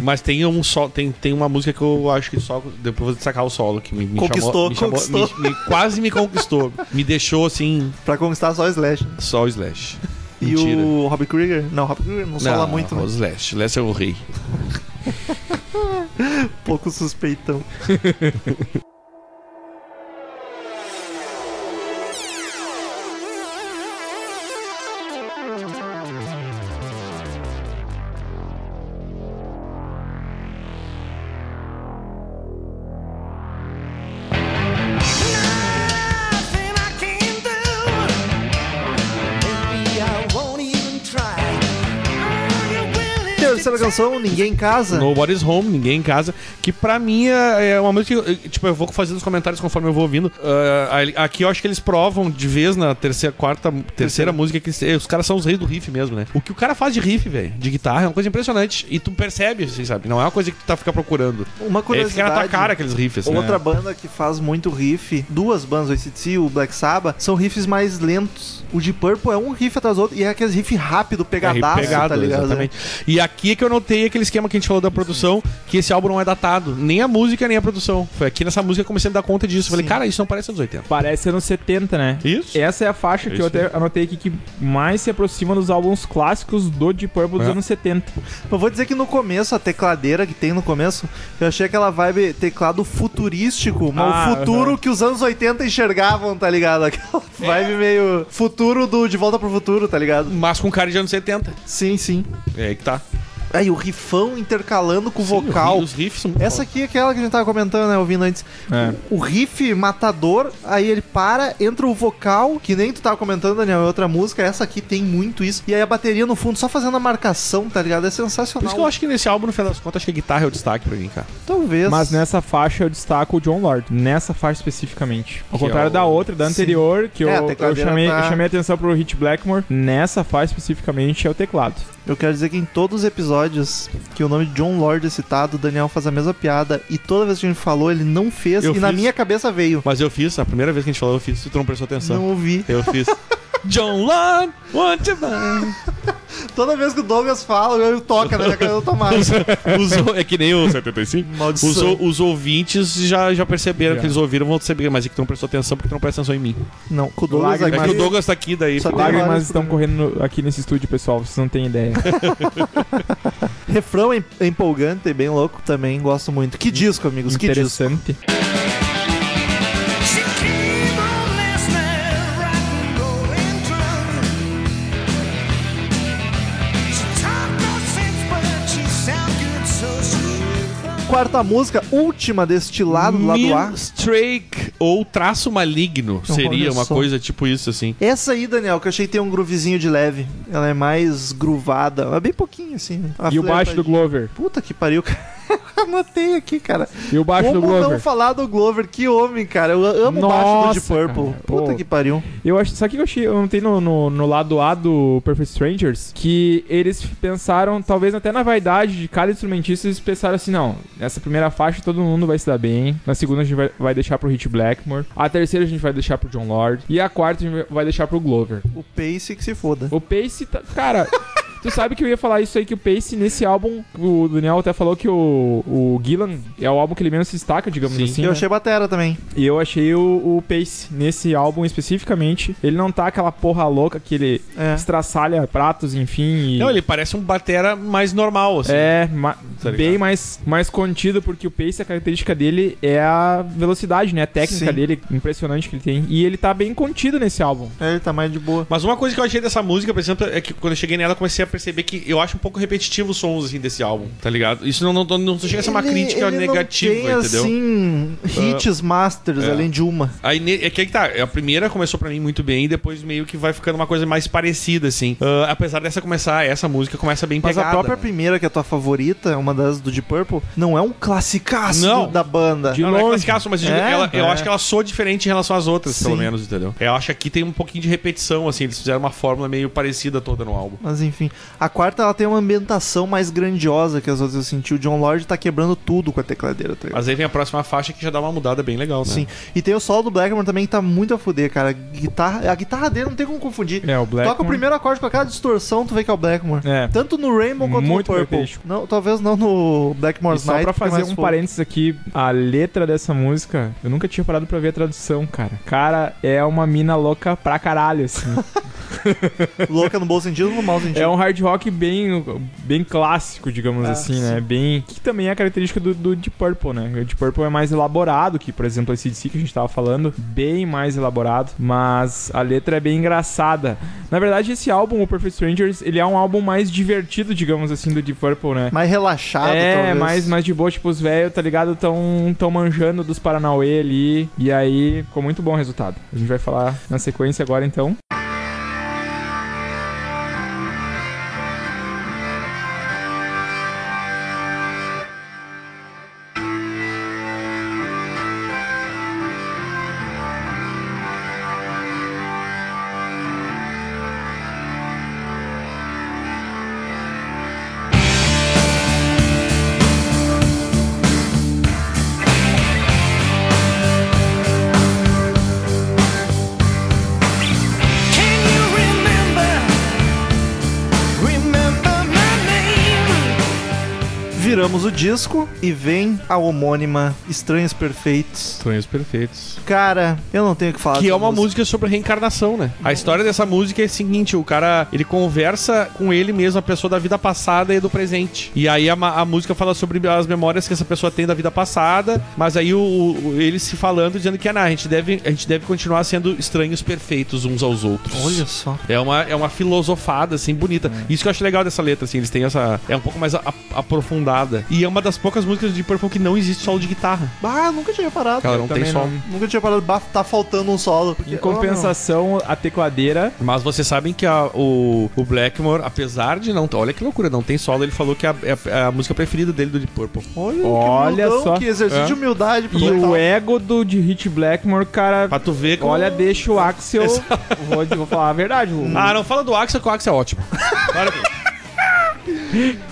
C: Mas tem um só, tem, tem uma música que eu acho que só depois de sacar o solo que me, me
B: Conquistou,
C: chamou, me chamou- me-
B: conquistou.
C: me- quase me conquistou, me deixou assim
B: Pra conquistar só o Slash.
C: só o Slash.
B: E
C: Mentira.
B: o Rob Krieger? Não, o Rob Krieger não sola muito,
C: o
B: né?
C: Slash, Slash é o rei.
B: pouco suspeitão. terceira canção, Ninguém em Casa.
C: Nobody's Home, Ninguém em Casa, que pra mim é é uma música que, eu- tipo, eu vou fazendo os comentários conforme eu vou ouvindo. Ah, ali- aqui eu acho que eles provam de vez na terceira, quarta, terceira, música que eles- eh, os caras são os reis do riff mesmo, né? O que o cara faz de riff, velho, de guitarra, é uma coisa impressionante. E tu percebe, assim, sabe? Não é uma coisa que tu tá ficar
B: Uma
C: procurando. É, fica na tua
B: curiosidade.
C: cara aqueles riffs, né?
B: Outra banda que faz muito riff, duas bandas, o ACDC e o Black Sabbath, são riffs mais lentos. O de Purple é um riff atrás do outro e é aqueles riff rápido, pegadaço,
C: É, pegado,
B: tá ligado?
C: exatamente. E aqui é que eu notei aquele esquema que a gente falou da produção, que esse álbum não é datado. Nem a música, nem a produção. Foi aqui nessa música que eu comecei a me dar conta disso. Falei,
B: Sim.
C: cara, isso não parece anos 80.
D: Parece anos 70, né?
C: Isso?
D: Essa é a faixa que eu
C: Isso.
D: até anotei aqui que mais se aproxima dos álbuns clássicos do Deep Purple dos
C: É.
D: anos 70.
B: Eu vou dizer que no começo, a tecladeira que tem no começo, eu achei aquela vibe teclado futurístico, mas
D: Ah,
B: o futuro
D: aham.
B: que os anos 80 enxergavam, tá ligado? <laughs> Aquela
C: É.
B: vibe meio futuro do De Volta pro Futuro, tá ligado?
C: Mas com cara de anos 70.
B: Sim, sim.
C: É aí que tá.
B: Aí o rifão intercalando com o
C: Sim,
B: vocal.
C: Os riffs são muito
B: Essa aqui é aquela que a gente tava comentando, né, ouvindo antes.
D: É.
B: O riff matador, aí ele para, entra o vocal, que nem tu tava comentando, Daniel, é outra música, essa aqui tem muito isso. E aí a bateria no fundo só fazendo a marcação, tá ligado? É
C: Por
B: sensacional.
C: isso que eu acho que nesse álbum, no final das contas, acho que a guitarra é o destaque pra mim, cara.
B: Talvez.
D: Mas nessa faixa eu destaco o John Lord. Nessa faixa especificamente. Ao
C: Que
D: contrário
C: é o-
D: da outra, da
B: Sim.
D: anterior, que
B: É, a
D: eu, eu,
B: tecladeira
D: chamei,
B: tá-
D: eu chamei atenção pro Hit Blackmore. Nessa faixa especificamente é o teclado.
B: Eu quero dizer que em todos os episódios que o nome de John Lord é citado, o Daniel faz a mesma piada. E toda vez que a gente falou, ele não fez.
C: Eu
B: e na
C: fiz.
B: minha cabeça veio.
C: Mas eu fiz, a primeira vez que a gente falou, eu fiz. Se tu não prestou atenção.
B: Não ouvi.
C: Eu fiz. <laughs> John Lord, want to buy.
B: Toda vez que o Douglas fala, eu toca <laughs> na minha cabeça automática.
C: Os- é que nem o 75. Os,
B: Maldição.
C: os ouvintes já, já perceberam
D: Já.
C: que eles ouviram, vão saber, mas é que tu não prestou atenção porque tu não presta atenção em mim.
B: Não, com o Douglas
D: Lágrimas.
C: É que
B: aqui.
C: o Douglas tá aqui daí.
B: Só
C: fica-
B: tem
D: Lágrimas
B: vários
D: estão
B: problemas.
D: correndo no- aqui nesse estúdio, pessoal. Vocês não
B: <laughs>
D: têm ideia.
B: Refrão em- é empolgante e bem louco também, gosto muito. Que disco, amigos, que disco.
D: Interessante.
A: She came on last night, rotten, going drunk. She talked no sense, but she sound good, so she.
B: Quarta música, última deste lado, do lado A.
C: Minstrake ou traço maligno seria
B: Olha
C: uma
B: só.
C: coisa tipo isso assim.
B: Essa aí, Daniel, que eu achei que tem um groovezinho de leve. Ela é mais groovada, é bem pouquinho assim. A
D: E o baixo do
B: flertadinha.
D: Glover.
B: Puta que pariu, <laughs> cara. Anotei aqui, cara.
D: E o baixo
B: Como
D: do Glover.
B: não falar do Glover? Que homem, cara. Eu amo o baixo do
D: Nossa,
B: Deep Purple.
D: cara.
B: Puta
D: Pô.
B: que pariu.
D: Eu acho, sabe o que eu achei? Eu notei no, no, no lado A do Perfect Strangers que eles pensaram, talvez até na vaidade de cada instrumentista, eles pensaram assim: não, nessa primeira faixa todo mundo vai se dar bem. Na segunda a gente vai, vai deixar pro Hit Blackmore. A terceira a gente vai deixar pro John Lord. E a quarta a gente vai deixar pro Glover.
B: O Pace que se foda.
D: O Pace, tá,
B: <laughs>
D: cara. Tu sabe que eu ia falar isso aí, que o Pace nesse álbum, o Daniel até falou que o, o Gillan é o álbum que ele menos se destaca, digamos
C: Sim.
D: assim.
B: eu
D: né?
B: achei batera também.
D: E eu achei o, o Pace nesse álbum especificamente. Ele não tá aquela porra louca que ele
B: É.
D: estraçalha pratos, enfim. e-
C: Não, ele parece um batera mais normal assim.
D: É, ma-
C: Tá ligado.
D: bem mais, mais contido, porque o Pace, a característica dele é a velocidade, né? A técnica
B: Sim.
D: dele, impressionante que ele tem. E ele tá bem contido nesse álbum.
B: É, ele tá mais de boa.
C: Mas uma coisa que eu achei dessa música, por exemplo, é que quando eu cheguei nela, eu comecei a perceber que eu acho um pouco repetitivo os sons assim desse álbum, tá ligado? Isso não, não, não, não chega a ser uma
B: Ele-
C: crítica
B: ele não
C: negativa,
B: tem,
C: entendeu?
B: assim,
D: Ah,
B: hits masters,
C: é.
B: além de uma.
C: Aí ne- é que aí que tá, a primeira começou pra mim muito bem e depois meio que vai ficando uma coisa mais parecida, assim. Ah, apesar dessa começar, essa música começa bem
B: Mas
C: pegada.
B: a própria
C: né?
B: primeira, que é a tua favorita, uma das do Deep Purple, não é um classicaço
C: Não.
B: do- da banda.
D: De-
C: Não, não é
D: longe.
C: classicaço, mas eu digo,
B: É,
C: ela- eu
B: é.
C: acho que ela soa diferente em relação às outras, pelo
B: Sim.
C: menos, entendeu? Eu acho que aqui tem um pouquinho de repetição, assim, eles fizeram uma fórmula meio parecida toda no álbum.
B: Mas enfim, a quarta ela tem uma ambientação mais grandiosa que as outras eu senti. O John Lord tá quebrando tudo com a tecladeira, tá ligado?
C: Mas aí vem a próxima faixa que já dá uma mudada bem legal, né?
B: Sim. E tem o solo do Blackmore também que tá muito a fuder, cara. A guitarra, a guitarra dele não tem como confundir.
D: É, o Black.
B: Toca o primeiro acorde com aquela distorção, tu vê que é o Blackmore.
D: É.
B: Tanto no Rainbow quanto
D: Muito
B: no Purple.
D: característico.
B: Não, talvez não no
D: E
B: Blackmore's
D: só
B: Night.
D: pra
B: porque é
D: fazer
B: mais
D: um
B: fogo.
D: parênteses aqui, a letra dessa música, eu nunca tinha parado pra ver a tradução, cara. Cara, é uma mina louca pra caralho, assim.
B: Louca no bom sentido ou no mau sentido?
D: É um hard rock bem, bem clássico, digamos
C: Ah,
D: assim, né? Bem. Que também é a característica do, do Deep Purple, né? O Deep Purple é mais elaborado que, por exemplo, o ACDC que a gente tava falando. Bem mais elaborado. Mas a letra é bem engraçada. Na verdade, esse álbum, o Perfect Strangers, ele é um álbum mais divertido, digamos assim, do Deep Purple, né?
B: Mais relaxado,
D: É,
B: talvez.
D: mais, mais de boa, tipo, os velhos, tá ligado? Tão, tão manjando dos Paranauê ali. E aí, ficou muito bom o resultado. A gente vai falar na sequência agora, então.
A: She
B: Tiramos o disco e vem a homônima Estranhos Perfeitos.
C: Sonhos Perfeitos.
B: Cara, eu não tenho o que falar.
C: Que é
B: dessa
C: uma música sobre reencarnação, né? A história dessa música é a seguinte: o cara ele conversa com ele mesmo, a pessoa da vida passada e do presente. E aí a, ma- a música fala sobre as memórias que essa pessoa tem da vida passada, mas aí o, o- ele se falando, dizendo que ah, não, a, gente deve, a gente deve continuar sendo estranhos perfeitos uns aos outros.
B: Olha só.
C: É uma, é uma filosofada, assim, bonita. Isso que eu acho legal dessa letra, assim, eles têm essa. É um pouco mais a- a- aprofundada. E é uma das poucas músicas de Purple que não existe solo de guitarra.
B: Ah, nunca tinha reparado.
C: Ela não tem
D: também
C: solo.
D: não.
B: Nunca tinha parado, bah, tá faltando um solo. Porque,
D: Em compensação, a tecladeira
C: Mas vocês sabem que a- o, o Blackmore, apesar de não. Olha que loucura, não tem solo, ele falou que é a, é a- a música preferida dele do Deep Purple.
B: oh, meu, olha,
D: Olha
B: que humildão,
D: só.
B: Que exercício
C: É.
B: de humildade. pro
D: e
B: metal.
D: o ego do de Hit Blackmore, cara.
C: Pra tu ver como. é
D: Olha, deixa o Axel. vou, vou falar a verdade. o-
C: Ah, não fala do Axel, que o Axel é ótimo. Para aqui. <laughs>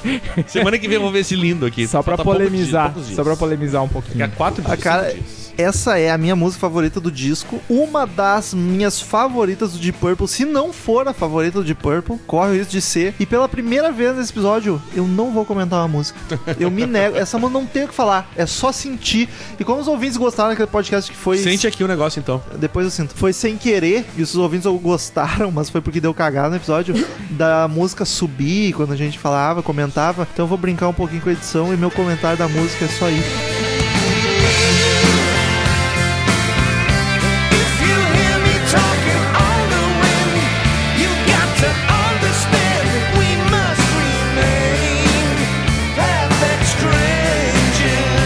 C: Semana que vem eu vou ver esse lindo aqui.
D: só pra
C: Falta pouco dia-
D: polemizar.
C: poucos dias.
D: Só pra polemizar um
C: Daqui a
D: pouquinho.
C: quatro dias.
B: A cara-
C: cinco dias.
B: Essa é a minha música favorita do disco, uma das minhas favoritas do Deep Purple, se não for a favorita do Deep Purple, corre o risco de ser. E pela primeira vez nesse episódio, eu não vou comentar uma música. Eu me nego, essa música não tem o que falar, é só sentir. E como os ouvintes gostaram daquele podcast que foi
C: Sente aqui o negócio então.
B: depois eu sinto. Foi sem querer, e os ouvintes gostaram, <laughs> mas foi porque deu cagada no episódio da música subir quando a gente falava, comentava. Então eu vou brincar um pouquinho com a edição e meu comentário da música é só isso.
A: If you hear me talking all the way, you got to understand that we must remain perfect strangers.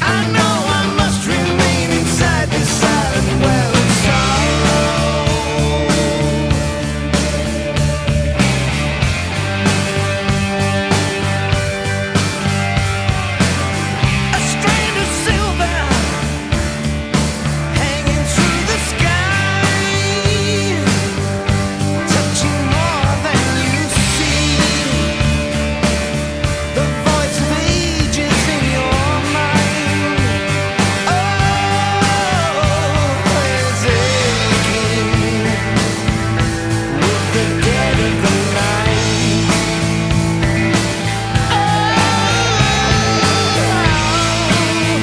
A: I know I must remain inside this silent well of sorrow. A strand of silver hanging through the sky, touching more than you see. The voice of ages in your mind Oh, Always aching With the dead of the night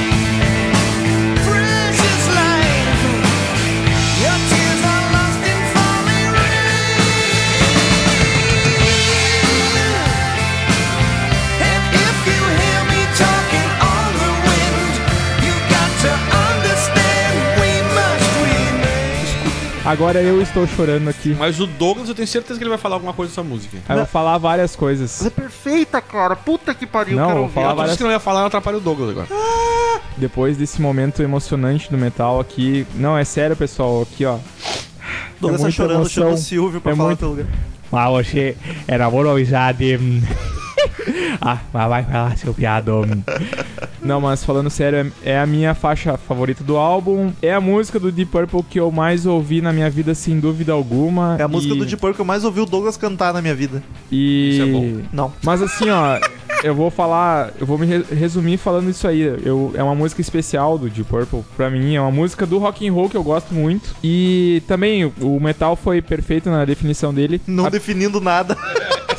A: Precious life Your tears are lost in falling rain and if you hear me talking on the wind, you got to understand we must remain.
D: Agora eu estou chorando aqui.
C: Mas o Douglas, eu tenho certeza que ele vai falar alguma coisa dessa música.
D: Aí eu vou falar várias coisas.
B: Ela é perfeita, cara. Puta que pariu,
D: Não,
B: quero
D: vou
B: ouvir. tá
D: falar
C: Ah, tu
D: várias
C: disse que não ia falar, atrapalha o Douglas agora.
D: Depois desse momento emocionante do metal aqui. Não, é sério, pessoal. Aqui, ó.
B: Toda essa
D: muita
B: chorando,
D: emoção.
B: chama o Silvio pra
D: É
B: falar
D: muito-
B: pelo lugar.
G: Mas você era
D: <laughs>
G: amorosidade. ah, mas vai falar, seu piado.
D: Não, mas falando sério, é é a minha faixa favorita do álbum. É a música do Deep Purple que eu mais ouvi na minha vida, sem dúvida alguma.
B: É a música
D: e...
B: do Deep Purple que eu mais ouvi o Douglas cantar na minha vida.
D: E...
C: Isso é bom.
B: Não.
D: Mas assim, ó, eu vou falar, eu vou me re- resumir falando isso aí. Eu, é uma música especial do Deep Purple pra mim, é uma música do rock and roll que eu gosto muito. E também o- o metal foi perfeito na definição dele.
B: Não
D: A-
B: definindo nada.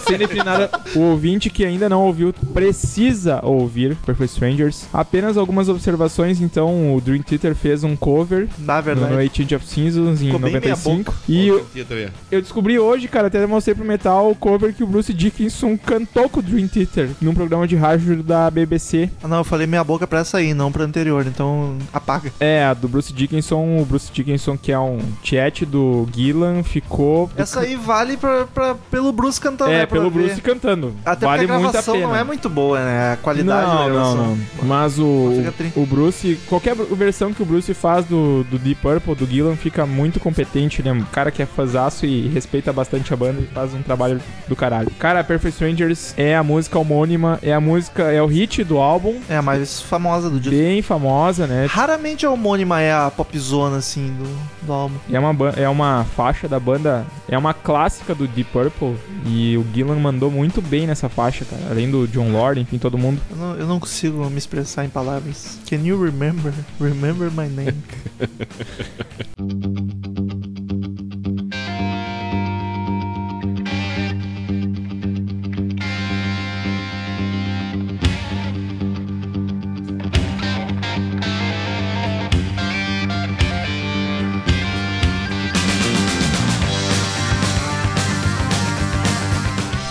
D: sem definir nada, o ouvinte que ainda não ouviu precisa ouvir Purple Strangers. Apenas algumas observações, então o Dream Theater fez um cover
B: Na
D: no
B: verdade.
D: Noite of Seasons em
B: Ficou bem meia
D: 95 e eu-
C: tá
D: eu descobri hoje, cara, até mostrei pro Metal o cover que o Bruce Dickinson cantou com o Dream Theater num programa de rádio da BBC.
B: Ah, Não, eu falei minha boca pra essa aí, não pra anterior. Então, apaga.
D: É, a do Bruce Dickinson, o Bruce Dickinson que é um chat do Gillan, ficou...
B: Essa aí vale pra, pra- pelo Bruce cantando,
D: É,
B: né? Pra
D: pelo
B: ver.
D: Bruce cantando.
B: Até
D: vale
B: porque a
D: muito a
B: gravação
D: pena.
B: não é muito boa, né? A qualidade da
D: não,
B: gravação.
D: não, não. Mas o,
B: fica tri.
D: o Bruce, qualquer versão que o Bruce faz do, do Deep Purple, do Gillan, fica muito competente. Ele é um cara que é fãzaço e respeita bastante a banda e faz um trabalho do caralho. Cara, Perfect Strangers é a música homônima, é a música, é o hit do álbum,
B: É a mais famosa do disco.
D: bem famosa, né?
B: Raramente a homônima é a popzona, assim, do, do álbum.
D: É uma, ban- é uma faixa da banda, é uma clássica do Deep Purple e o Gillan mandou muito bem nessa faixa, cara. Além do John Lord, enfim, todo mundo.
B: Eu não, eu não consigo me expressar em palavras. Can you remember? Remember my name.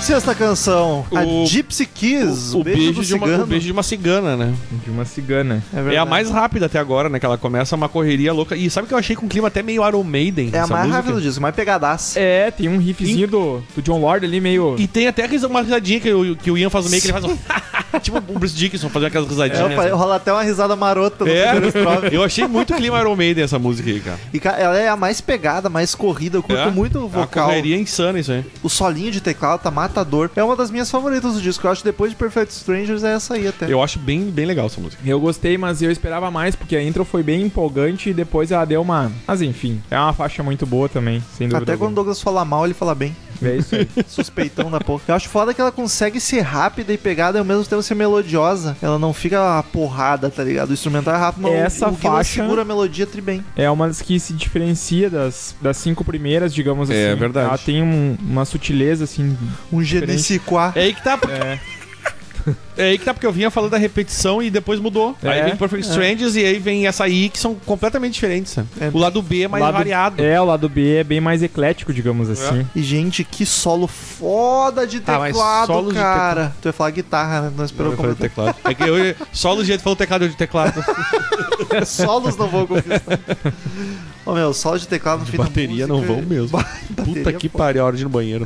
B: Sexta canção, a
C: O-
B: Gypsy Kiss, o,
C: o,
B: beijo, do
C: de uma,
B: cigano.
C: o beijo de uma cigana, né?
D: De uma cigana.
C: É a
B: verdade.
C: mais rápida até agora, né? Que ela começa uma correria louca. E sabe que eu achei com um clima até meio Iron Maiden?
B: É a
C: essa
B: mais
C: música?
B: rápida disso, mais pegadaça.
D: É, tem um riffzinho do, do John Lord ali meio.
C: E tem até risa- uma risadinha que o, que o Ian faz no meio, que ele faz um...
B: <laughs>
C: tipo o Bruce Dickinson fazendo aquelas
B: É,
C: risadinhas.
B: opa,
C: assim.
B: rola até uma risada marota no
C: É,
B: primeiro
C: <laughs>
B: estrofe.
C: eu achei muito clima Iron Maiden essa música aí, cara.
B: E cara, ela é a mais pegada, mais corrida. Eu curto
C: É?
B: muito o
C: É uma
B: vocal.
C: correria insana isso aí.
B: O solinho de teclado tá matador. É uma das minhas favoritas do disco. Eu acho que depois de Perfect Strangers é essa aí até.
C: Eu acho bem, bem legal essa música.
D: Eu gostei, mas eu esperava mais, porque a intro foi bem empolgante e depois ela deu uma. Mas enfim, é uma faixa muito boa também, sem dúvida.
B: até quando o
D: alguma.
B: Douglas fala mal, ele fala
C: <laughs>
B: bem.
D: É isso aí.
B: Suspeitão da porra. Eu acho foda que ela consegue ser rápida e pegada e ao mesmo tempo ser melodiosa. Ela não fica porrada, tá ligado? O instrumental é rápido, mas o-
D: Essa
B: o Guilherme
D: faixa-
B: segura a melodia tri bem.
D: É uma das que se diferencia das, das cinco primeiras, digamos assim.
C: É verdade.
D: Ela tem um- uma sutileza, assim.
B: Um
D: Diferente.
B: Geniciquá.
C: É aí que tá, porque-
D: É.
C: é aí que tá porque eu vinha falando da repetição e depois mudou.
D: É,
C: aí vem Perfect Strangers e aí vem essa aí que são completamente diferentes. sabe?
B: É.
C: O lado B é mais
D: Lado-
C: variado.
D: É, o lado B é bem mais eclético, digamos
C: É.
D: assim.
B: E, gente, que solo foda de
C: Ah, mas
B: teclado,
C: solos de
B: cara. Tu ia falar guitarra, né? Não esperou
C: <laughs> Foi o
B: comentar.
C: teclado. É que eu, só do jeito que falou teclado eu de teclado.
B: Solos não vão conquistar. Ô meu, solo de teclado no fim da
C: Bateria não
B: música- é-
C: vão mesmo.
B: <laughs> bateria, é
C: Puta que
B: pô.
C: pariu, a hora de ir no banheiro.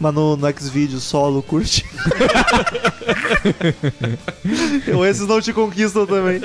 B: Mas no, no X-Video, solo,
C: <laughs>
B: curte. Ou esses não te conquistam também.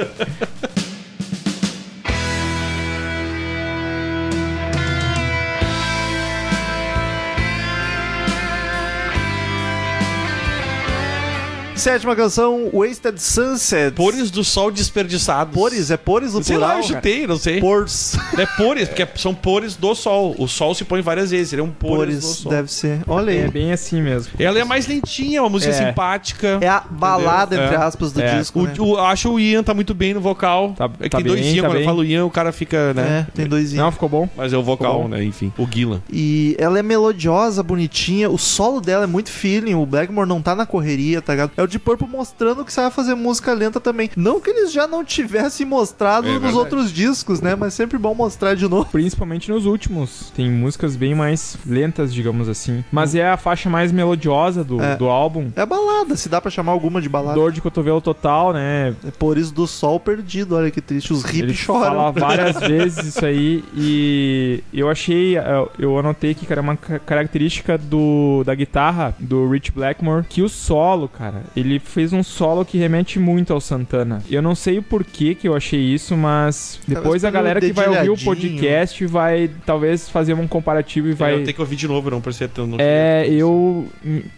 B: Sétima canção, Wasted Sunset.
C: Pores do sol desperdiçados.
B: Pores, é pores no
C: Sei lá,
B: plural?
C: eu chutei, não sei.
B: Pors.
C: É pores, porque são pores do sol. O sol se põe várias vezes, seria um pores, do
B: Pores,
C: sol.
B: deve ser. Olha aí.
D: É bem assim mesmo.
C: Ela é mais lentinha, uma música
D: É.
C: simpática.
B: É a balada, entre aspas, do
D: É.
B: disco.
C: O, um,
B: né?
C: o- acho o Ian tá muito bem no vocal.
D: Tá-
C: é que
D: tá
C: tem dois
D: bem,
C: Ian,
D: tá
C: quando
D: bem.
C: eu falo Ian, o cara fica, né?
B: É, tem dois
D: Não, ficou bom?
C: Mas é o vocal,
D: Bom.
C: né? Enfim. O Guilan.
B: E ela é melodiosa, bonitinha. O solo dela é muito feeling. O Blackmore não tá na correria, tá ligado? É o de Purple mostrando que sabe fazer música lenta também. Não que eles já não tivessem mostrado
D: É
B: nos outros discos, né? Mas sempre bom mostrar de novo.
D: Principalmente nos últimos. Tem músicas bem mais lentas, digamos assim. Mas é a faixa mais melodiosa do,
B: Hum. É.
D: do álbum.
B: É balada, se dá pra chamar alguma de balada.
D: Dor de cotovelo total, né?
B: É por isso do sol perdido, olha que triste. Os
D: Ele
B: hippies choram.
D: fala
B: <laughs>
D: várias vezes isso aí e eu achei, eu- eu anotei que, cara, é uma ca- característica do, da guitarra do Rich Blackmore, que o solo, cara, ele fez um solo que remete muito ao Santana. Eu não sei o porquê que eu achei isso, mas depois a
B: pelo
D: galera que vai ouvir o
B: dedilhadinho.
D: podcast vai, talvez, fazer um comparativo e vai...
C: Eu tenho que ouvir de novo, não um percebo. eu Não...
D: É, eu.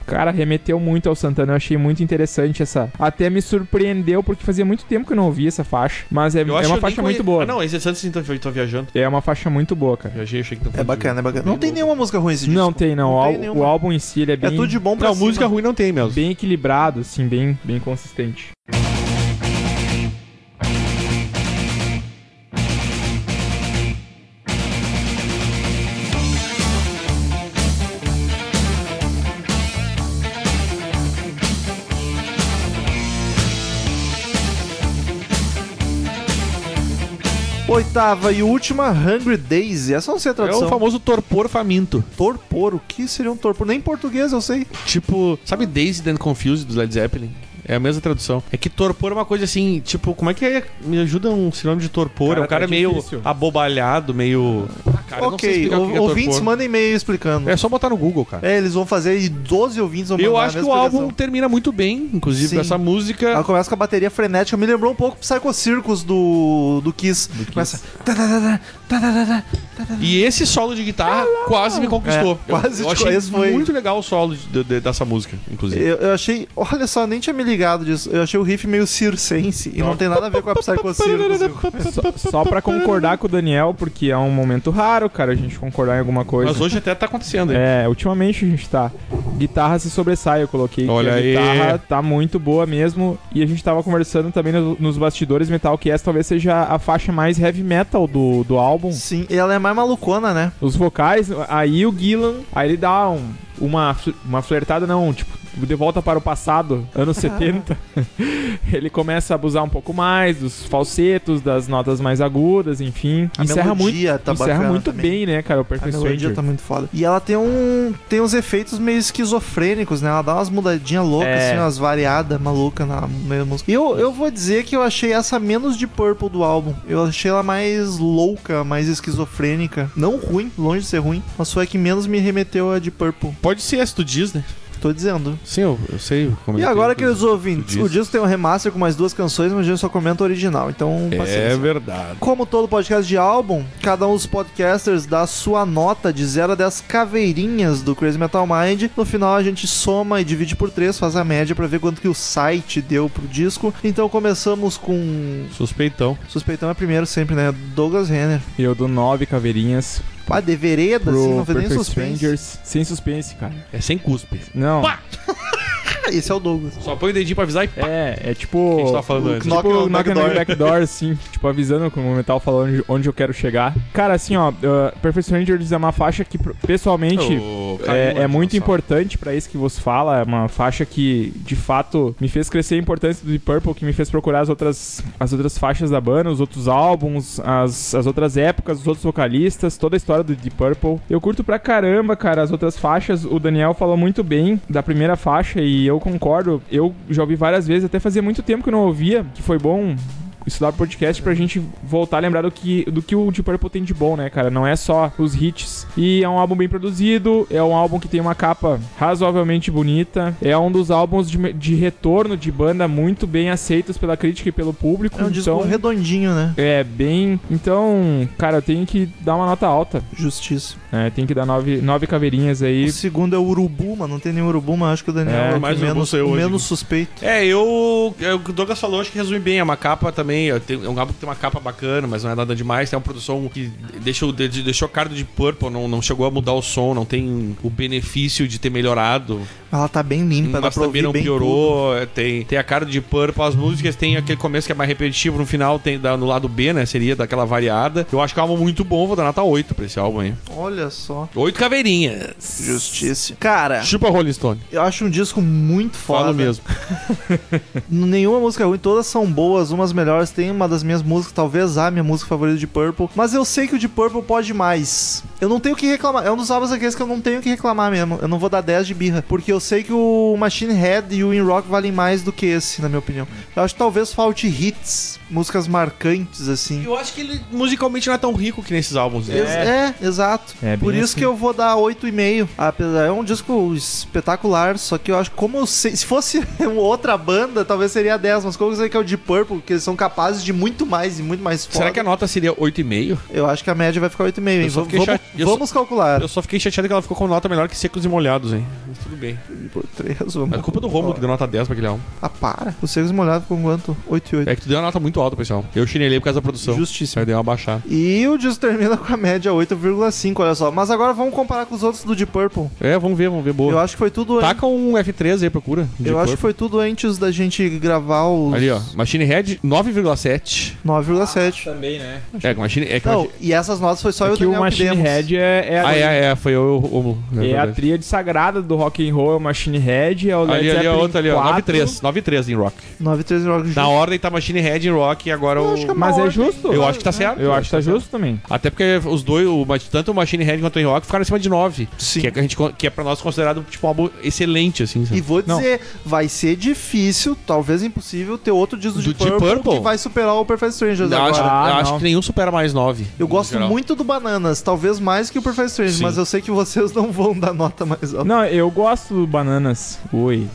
D: Cara, remeteu muito ao Santana. Eu achei muito interessante essa. Até me surpreendeu, porque fazia muito tempo que eu não ouvia essa faixa. Mas é, é
C: Eu acho que eu
D: uma
C: nem
D: faixa
C: conhe-
D: muito boa.
C: Ah, não, esse é Santos, então eu tô viajando.
D: É uma faixa muito boa, cara.
C: Viajei, achei que tava
B: É bacana, é bacana. Não tem nenhuma música ruim esse disco.
D: Não tem, não.
B: Não
D: O
B: tem
D: al- o,
B: nenhuma.
D: álbum em si ele é
B: É
D: bem.
B: tudo de bom pra
C: Não,
B: cima.
C: música ruim não tem mesmo.
D: Bem equilibrado, assim, bem, bem consistente.
B: Oitava e última, Hungry Days. Essa não sei a
C: É
B: tradução.
C: o famoso torpor faminto.
B: Torpor, o que seria um torpor? Nem em português eu sei.
C: Tipo, sabe Daisy and Confused do Led Zeppelin? É a mesma tradução. É que torpor é uma coisa assim, tipo, como é que é? Me ajuda um sinônimo de torpor?
D: Cara,
C: é um cara
D: tá
C: meio
D: difícil.
C: abobalhado, meio.
D: Ah,
C: cara, eu não sei
B: ok,
C: explicar o que
B: o-
C: é
B: ouvintes
C: torpor.
B: mandem e-mail explicando.
C: É só botar no Google, cara.
B: É, eles vão fazer e 12 ouvintes vão
C: Eu
B: mandar a
C: acho que o
B: mesma
C: álbum é-
B: explicação.
C: termina muito bem, inclusive,
B: Sim. Ah.
C: com essa música.
B: Ela começa com a bateria frenética, me lembrou um pouco Psycho Circus do, do Kiss. Começa. tadadadá, tadadadá.
C: E esse solo de guitarra quase me conquistou.
B: É, quase
C: eu,
B: te
C: eu achei
B: conheço, foi- É,
C: muito legal o solo de- de- dessa música, inclusive.
B: Eu, eu achei. Olha só, nem tinha me ligado disso. Eu achei o riff meio circense e não tem nada a
C: <laughs>
B: ver com a Psycho Circus.
D: Só, só pra concordar com o Daniel, porque é um momento raro, cara, a gente concordar em alguma coisa.
B: é.
C: Mas hoje até tá acontecendo. hein?
D: É, ultimamente a gente tá. Guitarra se sobressai, eu coloquei. que
C: Olha
D: a
C: aí.
D: guitarra tá muito boa mesmo. E a gente tava conversando também no- nos bastidores metal, que essa talvez seja a faixa mais heavy metal do, do álbum.
B: Sim, e ela é mais malucona, né?
D: Os vocais, aí o Gillan, aí ele dá um- uma, fl- uma flertada, não, tipo, de volta para o passado,
B: <laughs>
D: anos 70. <laughs> ele começa a abusar um pouco mais dos falsetos, das notas mais agudas, enfim.
B: A
D: encerra muito,
B: melodia tá
D: encerra
B: bacana
D: muito
B: também.
D: bem, né, cara, o
B: A
D: Perfect
B: melodia
D: Stranger.
B: tá muito foda. E ela tem um. tem uns efeitos meio esquizofrênicos, né? Ela dá umas mudadinhas loucas,
D: É.
B: assim, umas variadas malucas na mesma música. Eu, eu vou dizer que eu achei essa menos de purple do álbum. Eu achei ela mais louca, mais esquizofrênica. Não ruim, longe de ser ruim, mas foi a que menos me remeteu a de purple.
C: Pode ser, se tu diz, né?
B: Tô dizendo.
C: Sim, eu, eu sei. como
B: E
C: é
B: agora,
C: que
B: queridos ouvintes,
C: o disco.
B: o disco tem um remaster com mais duas canções, mas a gente só comenta o original, então
C: É
B: paciência.
C: verdade.
B: Como todo podcast de álbum, cada um dos podcasters dá sua nota de 0 a 10 caveirinhas do Crazy Metal Mind. No final a gente soma e divide por 3, faz a média pra ver quanto que o site deu pro disco. Então começamos com...
C: Suspeitão.
B: Suspeitão é primeiro sempre, né? Douglas Renner.
D: Eu dou nove caveirinhas
B: Ah, de vereda, assim,
D: pro
B: não fez nem
D: Perfect
B: suspense.
D: Strangers. Sem suspense, cara.
C: É sem cuspe.
D: Não.
C: Pá!
B: Ah, esse é o Douglas.
C: Só põe o dedinho pra avisar e pá.
D: É, é
C: que a
D: tipo.
B: tá
C: gente tava falando antes.
B: Knock
D: tipo,
B: on
D: knock on
B: back
D: the backdoor, assim, <laughs> tipo, avisando como o metal falando onde, onde eu quero chegar. Cara, assim, ó, uh, Perfect Strangers é uma faixa que, pro- pessoalmente,
C: Ô, caiu
D: é, é
C: antes,
D: muito
C: pessoal.
D: importante pra isso que você fala. É uma faixa que, de fato, me fez crescer a importância do Deep Purple, que me fez procurar as outras, as outras faixas da banda, os outros álbuns, as, as outras épocas, os outros vocalistas, toda a história do Deep Purple. Eu curto pra caramba, cara, as outras faixas. O Daniel falou muito bem da primeira faixa e eu concordo. Eu já ouvi várias vezes, até fazia muito tempo que eu não ouvia, que foi bom estudar podcast pra gente voltar a lembrar do que, do que o Deep Purple tem de bom, né, cara? Não é só os hits. E é um álbum bem produzido, é um álbum que tem uma capa razoavelmente bonita, é um dos álbuns de, de retorno de banda muito bem aceitos pela crítica e pelo público.
B: É um disco
D: então,
B: redondinho, né?
D: é bem. Então, cara, eu tenho que dar uma nota alta.
B: Justiça.
D: né? Tem que dar nove, nove caveirinhas aí.
B: O segundo é o Urubu, mas não tem nem Urubu, mas acho que o Daniel
D: É,
B: é, o
C: mais Urubu
B: menos,
C: sou eu
B: o
C: hoje.
B: menos suspeito.
C: É, eu. é, O que o Douglas falou, acho que resume bem. É uma capa também. ó, tem- É um álbum que tem uma capa bacana, mas não é nada demais. Tem uma produção que deixou, de- de- deixou caro de Purple, não, não chegou a mudar o som, não tem o benefício de ter melhorado.
B: Ela tá bem limpa, dá
C: mas
B: pra
C: também
B: ouvir
C: não
B: bem
C: piorou. é, Tem, tem a cara de Purple, as músicas tem aquele começo que é mais repetitivo, no final tem da- no lado B, né? Seria daquela variada. Eu acho que é um álbum muito bom, vou dar nota 8 pra esse álbum aí.
B: tudo. Olha só.
C: Oito caveirinhas.
B: Justiça. Cara,
C: Chupa Rolling Stone.
B: eu acho um disco muito foda.
C: Falo mesmo.
B: Nenhuma música é ruim, todas são boas, umas melhores. Tem uma das minhas músicas, talvez a minha música favorita de Purple. Mas eu sei que o de Purple pode mais. Eu não tenho o que reclamar. É um dos álbuns aqueles que eu não tenho o que reclamar mesmo. Eu não vou dar 10 de birra. Porque eu sei que o Machine Head e o In Rock valem mais do que esse, na minha opinião. Eu acho que talvez falte hits, músicas marcantes, assim.
C: Eu acho que ele musicalmente não é tão rico que nesses álbuns. né?
B: É, exato.
D: É, bem
B: Por isso
D: assim.
B: que eu vou dar 8,5. Apesar, é um disco espetacular, só que eu acho que como eu sei, se fosse <laughs> uma outra banda, talvez seria 10, mas como eu sei que é o Deep Purple, que eles são capazes de muito mais e muito mais foda,
C: Será que a nota seria 8,5?
B: eu acho que a média vai ficar 8,5, hein?
C: Eu só
B: Vamos,
C: fiquei
B: vamos-
C: chate- eu
B: vamos calcular.
C: Eu só fiquei chateado que ela ficou com nota melhor que secos e molhados, hein? Mas tudo bem.
B: Por 3, vamos.
C: É culpa do Romulo que deu nota 10 pra aquele álbum.
B: Ah, para. O Secos Molhados com quanto? 8,8.
C: É que tu deu uma nota muito alta, pessoal. Eu chinelei por causa da produção.
B: Justíssimo.
C: Aí deu uma baixada.
B: E o disco termina com a média 8,5, olha só. Mas agora vamos comparar com os outros do Deep Purple.
C: É, vamos ver, vamos ver. Boa.
B: Eu acho que foi tudo an-
C: Taca um F3 aí, procura. de
B: Eu acho que
C: corpo.
B: foi tudo antes da gente gravar os
C: Ali, ó. Machine Head, 9,7.
B: 9,7.
D: Também, né?
C: É, com Machine... É que,
B: Não, e essas notas foi só eu e o
D: É que o
B: Daniel
D: Machine
B: demos.
D: Head é, é a
C: Ah, é, é. Foi eu e o Romulo.
D: É a
C: verdade.
D: tríade sagrada do rock and roll, é o Machine Head, é o Led
C: Ali, ali, ó.
D: Zeppelin
C: Outra ali, ó.
D: 4.
C: 9,3. 9,3 em rock.
B: 9,3 Rock
C: Na ordem tá Machine Head em rock e agora o...
B: acho que é
D: Mas é justo.
C: Eu acho que tá certo.
D: Eu acho que tá justo também.
C: Até porque os dois, o- tanto o Machine Head quanto o In Rock, ficaram acima de 9.
B: Sim.
C: Que é, que a gente, con- que é pra nós considerado tipo, um álbum excelente, assim.
B: E
C: sabe?
B: vou
D: um- Não.
B: dizer, vai ser difícil, talvez impossível, ter outro disco
C: Do
B: de
C: Deep
B: Purple,
C: Purple?
B: que vai superar o Perfect Strangers
C: Eu acho,
B: agora.
D: Ah,
C: eu acho
D: não.
C: que nenhum supera mais 9.
B: Eu gosto muito do Bananas, talvez mais que o Perfect Strangers,
C: Sim.
B: mas eu sei que vocês não vão dar nota mais
C: Tá.
B: alta.
D: Não, eu gosto do bananas.
C: <laughs>
D: Ui.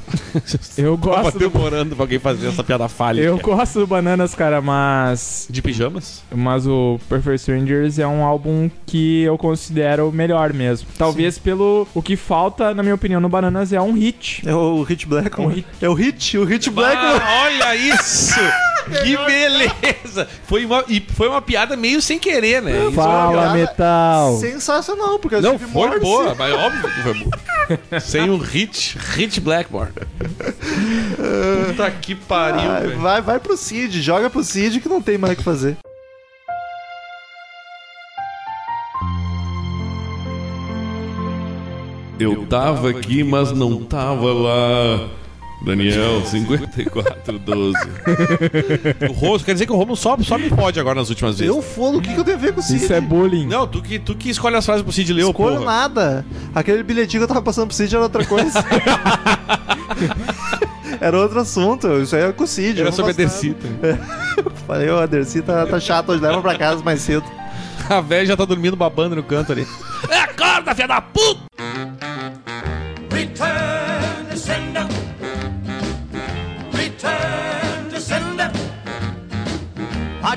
D: Eu
C: Tava
D: gosto do,
C: demorando pra alguém fazer essa piada falha.
D: eu gosto do bananas, cara, mas
C: De pijamas?
D: mas o Perfect Strangers é um álbum que eu considero o melhor mesmo. Talvez pelo o que falta, na minha opinião, no bananas é um hit.
B: É o Hit Black.
D: É o Hit.
B: É o Hit, o Hit Black.
C: Ah, olha isso! que beleza! Foi uma, e foi uma piada meio sem querer, né? Isso é uma
B: Fala,
D: Fala, metal.
B: é Sensacional, porque eu
C: Não,
B: tive
C: foi
B: Morrissey.
C: boa, mas é óbvio que foi boa. <laughs> Sem o Hit, Hit Blackmore. Puta que pariu,
B: Vai,
C: velho.
B: vai, vai pro Cid, joga pro Cid que não tem mais o que fazer.
H: Eu tava aqui, mas não tava lá.
C: <laughs>
H: Daniel, 5412.
C: O rosto, quer dizer que o Romulo só, só me pode agora nas últimas vezes.
B: Eu folo, o que, que eu tenho a ver com o Cid?
D: Isso é bullying.
C: Não, tu que, tu que escolhe as frases pro Cid ler, ô,
B: Escolho
C: porra.
B: nada. Aquele bilhetinho que eu tava passando pro Cid era outra coisa.
C: <laughs>
B: era outro assunto. Isso aí era com o Cid. eu
C: Era
B: não
C: sobre a
B: faço nada.
C: Dercita.
B: <laughs> Falei, ô, a Dercy tá, tá chata hoje, leva pra casa mais cedo.
C: A velha já tá dormindo babando no canto ali. <laughs> Acorda, filha da puta!
A: Return to sender. Return to sender. I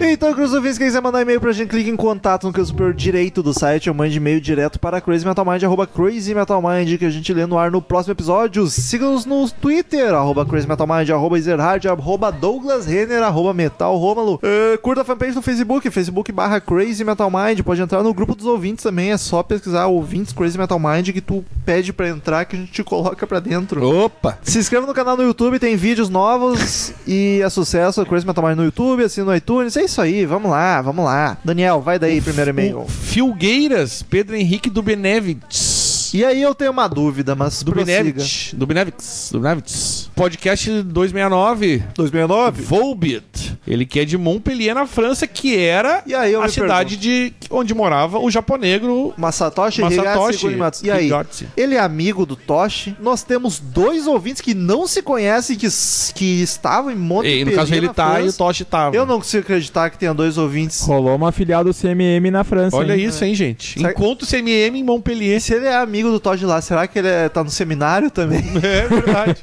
B: Então, Cruz ouvintes, quem quiser mandar e-mail pra gente, clique em contato no canto superior direito do site ou mande e-mail direto para crazymetalmind, arroba crazymetalmind, que a gente lê no ar no próximo episódio. Siga-nos no Twitter, arroba crazymetalmind, arroba ezerhard, arroba Douglas Renner, arroba metalrômulo. É, curta a fanpage no Facebook, facebook barra crazymetalmind, pode entrar no grupo dos ouvintes também, é só pesquisar ouvintes Crazy Metal Mind que tu pede pra entrar que a gente te coloca pra dentro.
C: Opa!
B: Se inscreva no canal no YouTube, tem vídeos novos e é sucesso. Crazy Metal Mind no YouTube, assina no iTunes. É isso aí, vamos lá, vamos lá. Daniel, vai daí, primeiro e-mail.
C: Filgueiras, Pedro Henrique Dubenevitz.
B: E aí eu tenho uma dúvida, mas prossiga.
C: Dubenevitz. Dubenevitz. Dubenevitz. Podcast 269,
B: 2009?
C: Volbit. Ele que é de Montpellier, na França, que era
B: E aí eu
C: a
B: me
C: cidade de onde morava o japonegro
B: Masatoshi, Higashi,
C: Masatoshi
B: Gurimatsu. E aí?
C: Higatsu.
B: Ele é amigo do Toshi. Nós temos dois ouvintes que não se conhecem, que, s- que estavam em monte
C: E, no caso ele tá e o Toshi tava.
B: Eu não consigo acreditar que tenha dois ouvintes.
D: Rolou uma filial do CMM na França.
C: Olha
D: hein?
C: isso, hein, gente.
B: Será-
C: Enquanto o CMM em Montpellier.
B: Se ele é amigo do Toshi lá, será que ele é- tá no seminário também? <laughs>
C: É verdade.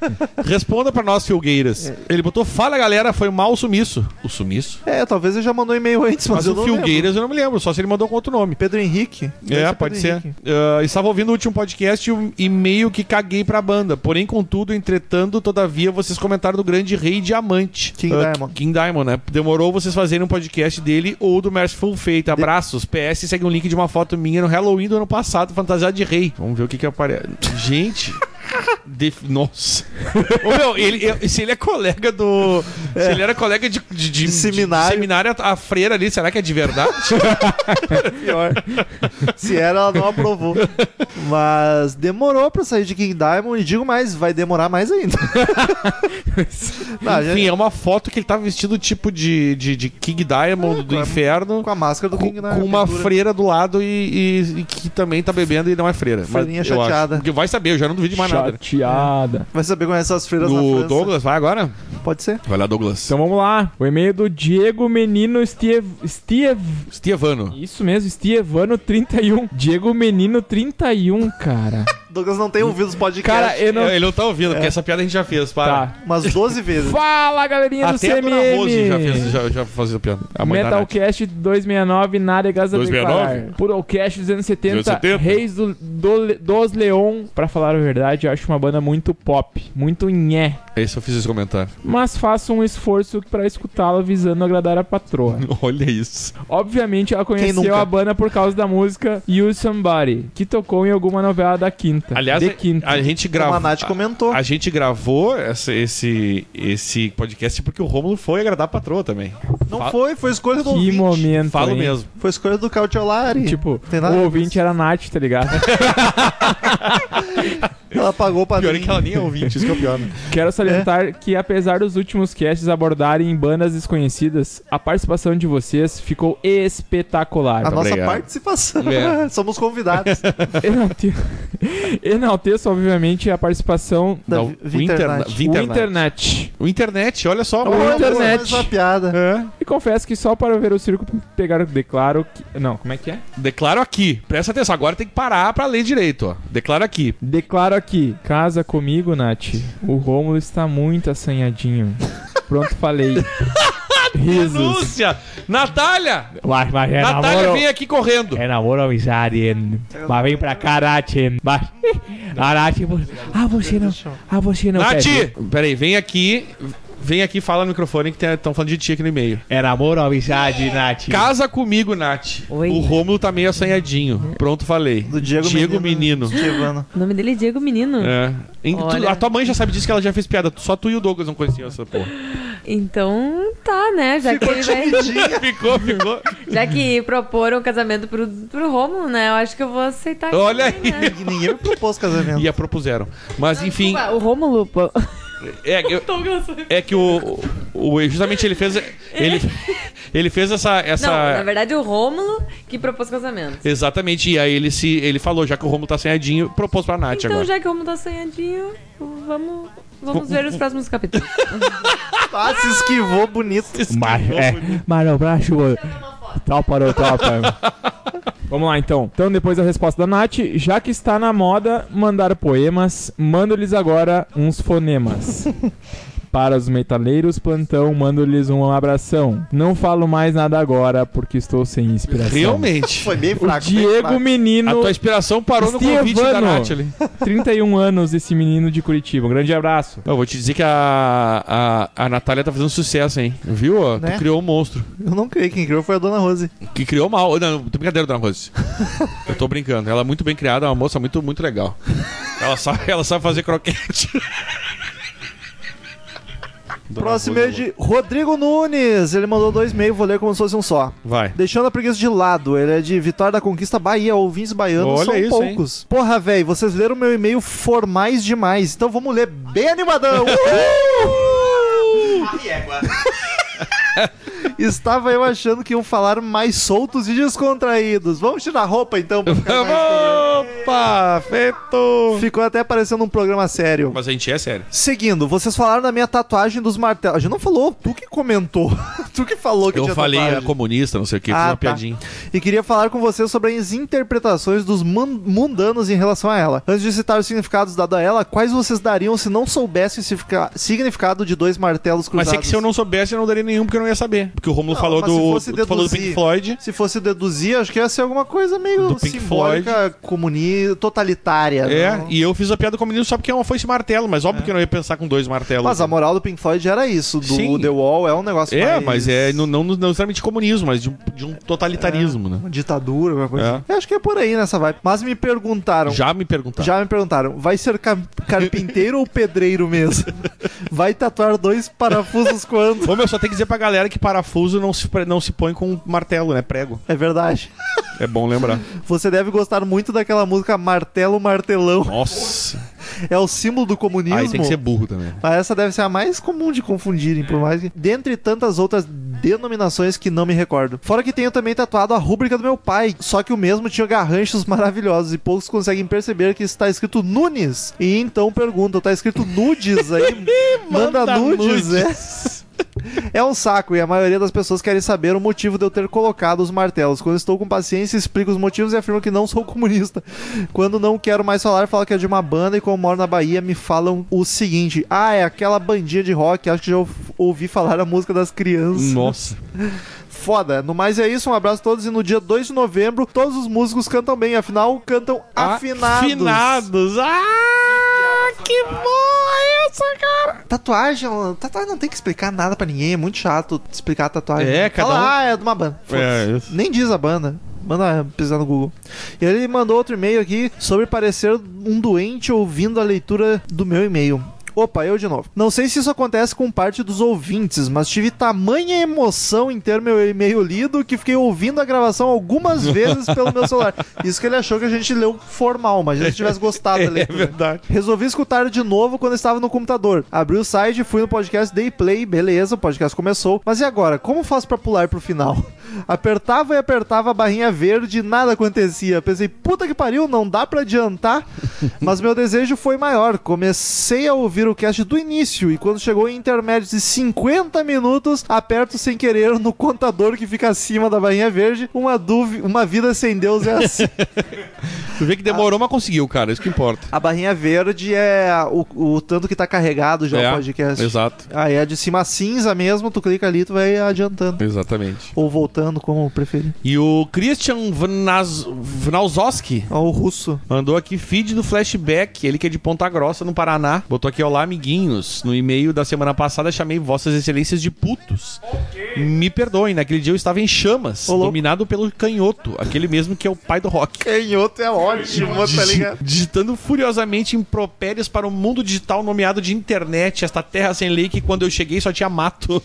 C: Responda pra nós, Filgueiras. Ele botou, fala galera, foi mal o sumiço. O sumiço?
B: É, talvez ele já mandou e-mail antes, mas,
C: Mas,
B: eu
C: o
B: não lembro.
C: Filgueiras eu não me lembro, só se ele mandou com outro nome.
B: Pedro Henrique? Deve
C: É,
B: Pedro
C: pode ser.
B: Henrique.
C: Ah, estava ouvindo o último podcast e um- e meio que caguei pra banda. Porém, contudo, entretanto, todavia, vocês comentaram do grande rei diamante.
B: King
C: Ah,
B: Diamond.
C: King Diamond, né? Demorou vocês fazerem um podcast dele ou do Merciful Fate. Abraços. PS segue um link de uma foto minha no Halloween do ano passado, fantasiado de rei. Vamos ver o que que aparece.
B: <laughs>
C: Gente... def- Nossa. Ô, meu, ele, eu- se ele é colega do. Se ele era colega de, de, de-
B: É. seminário.
C: de seminário, a, a freira ali, será que é de verdade?
B: Pior. <laughs> Se era, ela não aprovou. Mas demorou pra sair de King Diamond e digo mais, vai demorar mais
C: <laughs>
B: ainda. não, a
C: Enfim,
B: gente-
C: é uma foto que ele tá vestido tipo de, de, de King Diamond do
B: É, com a-
C: inferno.
B: tá com a máscara do
C: Com,
B: King Diamond.
C: com uma
B: pintura.
C: freira do lado e, e- e que também tá bebendo e não é freira. Mas
B: Freirinha
C: eu acho.
B: chateada.
C: Porque Vai saber, eu já não duvido de mais nada.
D: Chateada.
B: Vai saber conhecer essas freiras na
C: O
B: França.
C: Douglas, vai agora?
B: Pode ser.
C: Vai lá, Douglas.
D: Então vamos lá. O e-mail do Diego Menino Stiev... Stiev...
C: Stevano.
D: Isso mesmo, Estevano 31. Diego Menino 31,
C: <laughs>
D: cara.
B: Douglas não tem
C: Hum.
B: ouvido os podcasts.
D: Cara, eu não.
C: Ele não tá ouvindo,
B: É.
C: porque essa piada a gente já fez, para.
D: Tá.
B: Umas
C: <laughs>
B: 12 vezes.
D: Fala, galerinha
C: Até a
D: do
C: Dona Rose já fez,
D: CMM.
C: já, já fazia piada. A mãe da Nath.
D: Metalcast 269, Nádegas a
C: 269?
D: declarar. Purocast 270,
C: 270.
D: Reis do, do- dos Leon. Pra falar a verdade, eu acho uma banda muito pop, muito nhé.
C: Esse eu fiz esse comentário. <laughs>
D: Mas faço um esforço pra escutá-la visando agradar
C: <laughs>
D: a patroa.
C: Olha isso.
D: Obviamente ela conheceu
B: nunca?
D: a banda por causa da música You Somebody, que tocou em alguma novela da Quinta.
C: Aliás,
D: The Quinta.
C: a gente
B: Como
C: gravou.
B: a Nath comentou.
C: A gente gravou essa- esse, esse podcast porque o Rômulo foi agradar a patroa também.
B: não
C: fa-
B: foi, foi escolha do
D: Que
B: ouvinte.
D: momento.
C: Falo
D: hein?
C: mesmo.
B: Foi escolha do Cautiolari.
D: Tipo,
B: Tem nada a
D: o
B: ver
D: ouvinte era Nath, tá ligado?
B: Ela pagou pra
C: Pior é
B: mim.
C: que ela nem é ouvinte, isso que é o pior. Né?
D: Quero salientar que, apesar dos últimos casts abordarem bandas desconhecidas, a participação de vocês ficou espetacular.
B: A nossa
C: é, Obrigado.
B: participação. <laughs>
C: É.
B: Somos convidados.
D: Enalte- <laughs> Enalteço, obviamente, a participação
B: Da
C: Da
B: vi-
C: o interna-
B: Vinternet.
D: da
C: Vinternet.
D: internet.
C: O internet, olha só.
D: Olha. internet.
B: Mais uma piada.
C: É.
D: E confesso que só para ver o circo pegar o declaro que... Não, como é que é?
C: Declaro aqui. Presta atenção, agora tem que parar pra ler direito, ó. Declaro aqui.
D: Declaro aqui, casa comigo, Nath. O Rômulo está muito assanhadinho. Pronto, falei. Risos.
C: Denúncia! Natália!
G: Mas, mas é
C: Natália,
G: namoro.
C: vem aqui correndo.
G: É namoro ou amizade. hein? Mas vem pra cá, Nath. hein? Mas... A Nath. vo- Ah, você não. Ah, você não.
C: Nath!
G: quer.
C: Peraí, vem aqui. Vem aqui, fala no microfone que estão falando de ti aqui no e-mail.
G: É namoro ou amizade, Nath?
C: Casa comigo, Nath.
I: Oi.
C: O Rômulo tá meio assanhadinho. Pronto, falei.
B: Do Diego,
C: Menino.
B: Estivano.
I: O nome dele é Diego Menino.
C: É. Em- tu-
I: Olha.
C: a tua mãe já sabe disso que ela já fez piada. Só tu e o Douglas não conheciam essa porra.
I: Então tá, né? Já que, ele vai,
B: Timidinha.
C: <laughs> ficou, ficou.
I: já que proporam um casamento pro, pro Romulo, né? Eu acho que eu vou aceitar. aqui
C: Olha
I: também,
C: aí.
I: né?
B: Ninguém me propôs casamento.
C: E a propuseram. Mas enfim,
I: Desculpa, O Romulo. pô.
C: é, eu- é que o, o. Justamente ele fez.
I: <laughs>
C: Ele, ele fez essa. essa
I: Não, na verdade o Rômulo que propôs casamento.
C: Exatamente, e aí ele se ele falou, já que o Romulo tá assanhadinho, propôs pra Nath
I: Então,
C: agora.
I: já que o Romulo tá sonhadinho, vamos, vamos ver os próximos capítulos.
B: <laughs> Ah, se esquivou bonito.
G: Mas, é, mas não, pra chuva. Topa ou topa?
D: Vamos lá, então. Então, depois da resposta da Nath, já que está na moda mandar poemas, mando-lhes agora
B: <laughs>
D: uns fonemas. Para os metaleiros plantão, mando-lhes um abração. Não falo mais nada agora, porque estou sem inspiração.
C: Realmente.
B: Foi bem
D: O
B: fraco. bem
D: Diego
B: fraco.
C: A
D: Menino,
C: tua inspiração parou no convite da
D: Estevano.
C: Nath ali.
D: 31 anos, esse menino de Curitiba. Um grande abraço.
C: Eu vou te dizer que a, a, a Natália tá fazendo sucesso, hein? Viu? ó?
B: Né?
C: Tu criou um monstro.
B: Eu não criei. Quem criou foi a Dona Rose.
C: Que criou mal. Não, não, tô brincadeira, Dona Rose. Eu tô brincando. Ela é muito bem criada, é uma moça muito, muito legal. Ela sabe, ela sabe fazer croquete.
B: Próximo é de Rodrigo Nunes. Ele mandou dois e-mail, vou ler como se fosse um só.
C: Vai.
B: Deixando a preguiça de lado, ele é de Vitória da Conquista Bahia, ouvintes baianos
C: Olha
B: são
C: isso, hein?
B: poucos. Porra, velho, vocês leram meu e-mail formais demais, então vamos ler bem animadão.
C: <laughs>
B: Uhul! <laughs> Estava eu achando que iam falar mais soltos e descontraídos. Vamos tirar a roupa então pra
C: <laughs>
B: ficar mais...
C: Opa, feito!
B: Ficou até parecendo um programa sério.
C: Mas a gente é sério.
B: Seguindo, vocês falaram da minha tatuagem dos martelos. A gente não falou, tu que comentou. <laughs> tu que falou que
C: Eu
B: tinha
C: falei é
B: tatuagem.
C: comunista, não sei o que,
B: Ah,
C: fiz uma
B: tá.
C: piadinha.
B: E queria falar com vocês sobre as interpretações dos mun- mundanos em relação a ela. Antes de citar os significados dados a ela, quais vocês dariam se não soubessem o significa- significado de dois martelos
C: Mas
B: cruzados?
C: é que se eu não soubesse, eu não daria nenhum, porque eu não ia saber. Porque o Romulo
B: Não,
C: falou
B: mas se
C: do.
B: fosse
C: tu falou do
B: deduzir-
C: Pink Floyd.
B: Se fosse deduzir, acho que ia ser alguma coisa meio
C: Do Pink
B: simbólica, comuni... totalitária.
C: É,
B: não? É.
C: e eu fiz a piada com o menino só porque é uma foice martelo, mas óbvio que eu não ia pensar com dois martelos.
B: Mas a moral do Pink Floyd era isso, do
C: Sim.
B: The Wall é um negócio
C: É,
B: mais-
C: mas é não, não, não necessariamente comunismo, mas de, um- de um totalitarismo, né?
B: Uma ditadura, alguma coisa. Eu acho que é por aí nessa vibe. Mas me perguntaram...
C: Já me perguntaram.
B: Já me perguntaram, vai ser ca- carpinteiro <laughs> ou pedreiro mesmo? Vai tatuar dois parafusos quando?
C: Ô, meu, só tem que dizer pra galera que parafuso não se, pre- não se põe com martelo, né? Prego.
B: É verdade.
C: É bom
B: <laughs>
C: lembrar.
B: Você deve gostar muito daquela música Martelo Martelão.
C: Nossa.
B: É o símbolo do comunismo.
C: Aí tem que ser burro também.
B: Mas essa deve ser a mais comum de confundirem, por mais que. Dentre tantas outras denominações que não me recordo. Fora que tenho também tatuado a rúbrica do meu pai, só que o mesmo tinha garranchos <laughs> maravilhosos e poucos conseguem perceber que está escrito Nunes. E então perguntam, tá escrito nudes aí? manda,
C: <laughs> Manda
B: nudes, né?
C: nudes.
B: é? É um saco e a maioria das pessoas querem saber o motivo de eu ter colocado os martelos. Quando estou com paciência, explico os motivos e afirmo que não sou comunista. Quando não quero mais falar, falo que é de uma banda e como moro na Bahia, me falam o seguinte: Ah, é aquela bandinha de rock, acho que já ouv- ouvi falar a música das crianças.
C: Nossa.
B: Foda. No mais é isso, um abraço a todos e no dia 2 de novembro, todos os músicos cantam bem, afinal, cantam afinados.
C: Ah, Afinados. Ah, que boa essa, cara.
B: Tatuagem, tatuagem não tem que explicar nada pra ninguém, é muito chato explicar a tatuagem.
C: É, cada
B: Fala,
C: um-
B: ah, é de uma banda. Foda-se.
C: É, isso.
B: Nem diz a banda. Manda pesquisar no Google. E ele mandou outro e-mail aqui sobre parecer um doente ouvindo a leitura do meu e-mail. Opa, eu de novo. Não sei se isso acontece com parte dos ouvintes, mas tive tamanha emoção em ter meu e-mail lido que fiquei ouvindo a gravação algumas vezes pelo meu celular. Isso que ele achou que a gente leu formal, mas se tivesse gostado da
C: É
B: leitura.
C: verdade.
B: Resolvi escutar de novo quando estava no computador. Abri o site, fui no podcast, dei play, beleza, o podcast começou. Mas e agora? Como faço pra pular pro final? <laughs> Apertava e apertava a barrinha verde e nada acontecia. Pensei, puta que pariu, não dá pra adiantar. Mas meu desejo foi maior. Comecei a ouvir o cast do início e quando chegou em intermédios de 50 minutos, aperto sem querer no contador que fica acima da barrinha verde. Uma dúvida, uma vida sem Deus é assim.
C: Tu vê que demorou, mas conseguiu, cara. Isso que importa.
B: A barrinha verde é o, o tanto que tá carregado já
C: É,
B: o podcast.
C: Exato.
B: Aí é de cima a cinza mesmo, tu clica ali, tu vai adiantando.
C: Exatamente.
B: Ou voltando, como preferir.
C: E o Christian Vnaz... Vnauzoski
B: Ó, o russo.
C: mandou aqui feed do flashback, ele que é de Ponta Grossa, no Paraná. Botou aqui, olá, amiguinhos. No e-mail da semana passada, chamei vossas excelências de putos. Me perdoem, naquele dia eu estava em chamas,
B: Ô, louco.
C: dominado pelo canhoto, aquele mesmo que é o pai do rock.
B: Canhoto é ótimo, tá
C: Digi- Digitando furiosamente impropérios para o mundo digital nomeado de internet, esta terra sem lei que quando eu cheguei só tinha mato.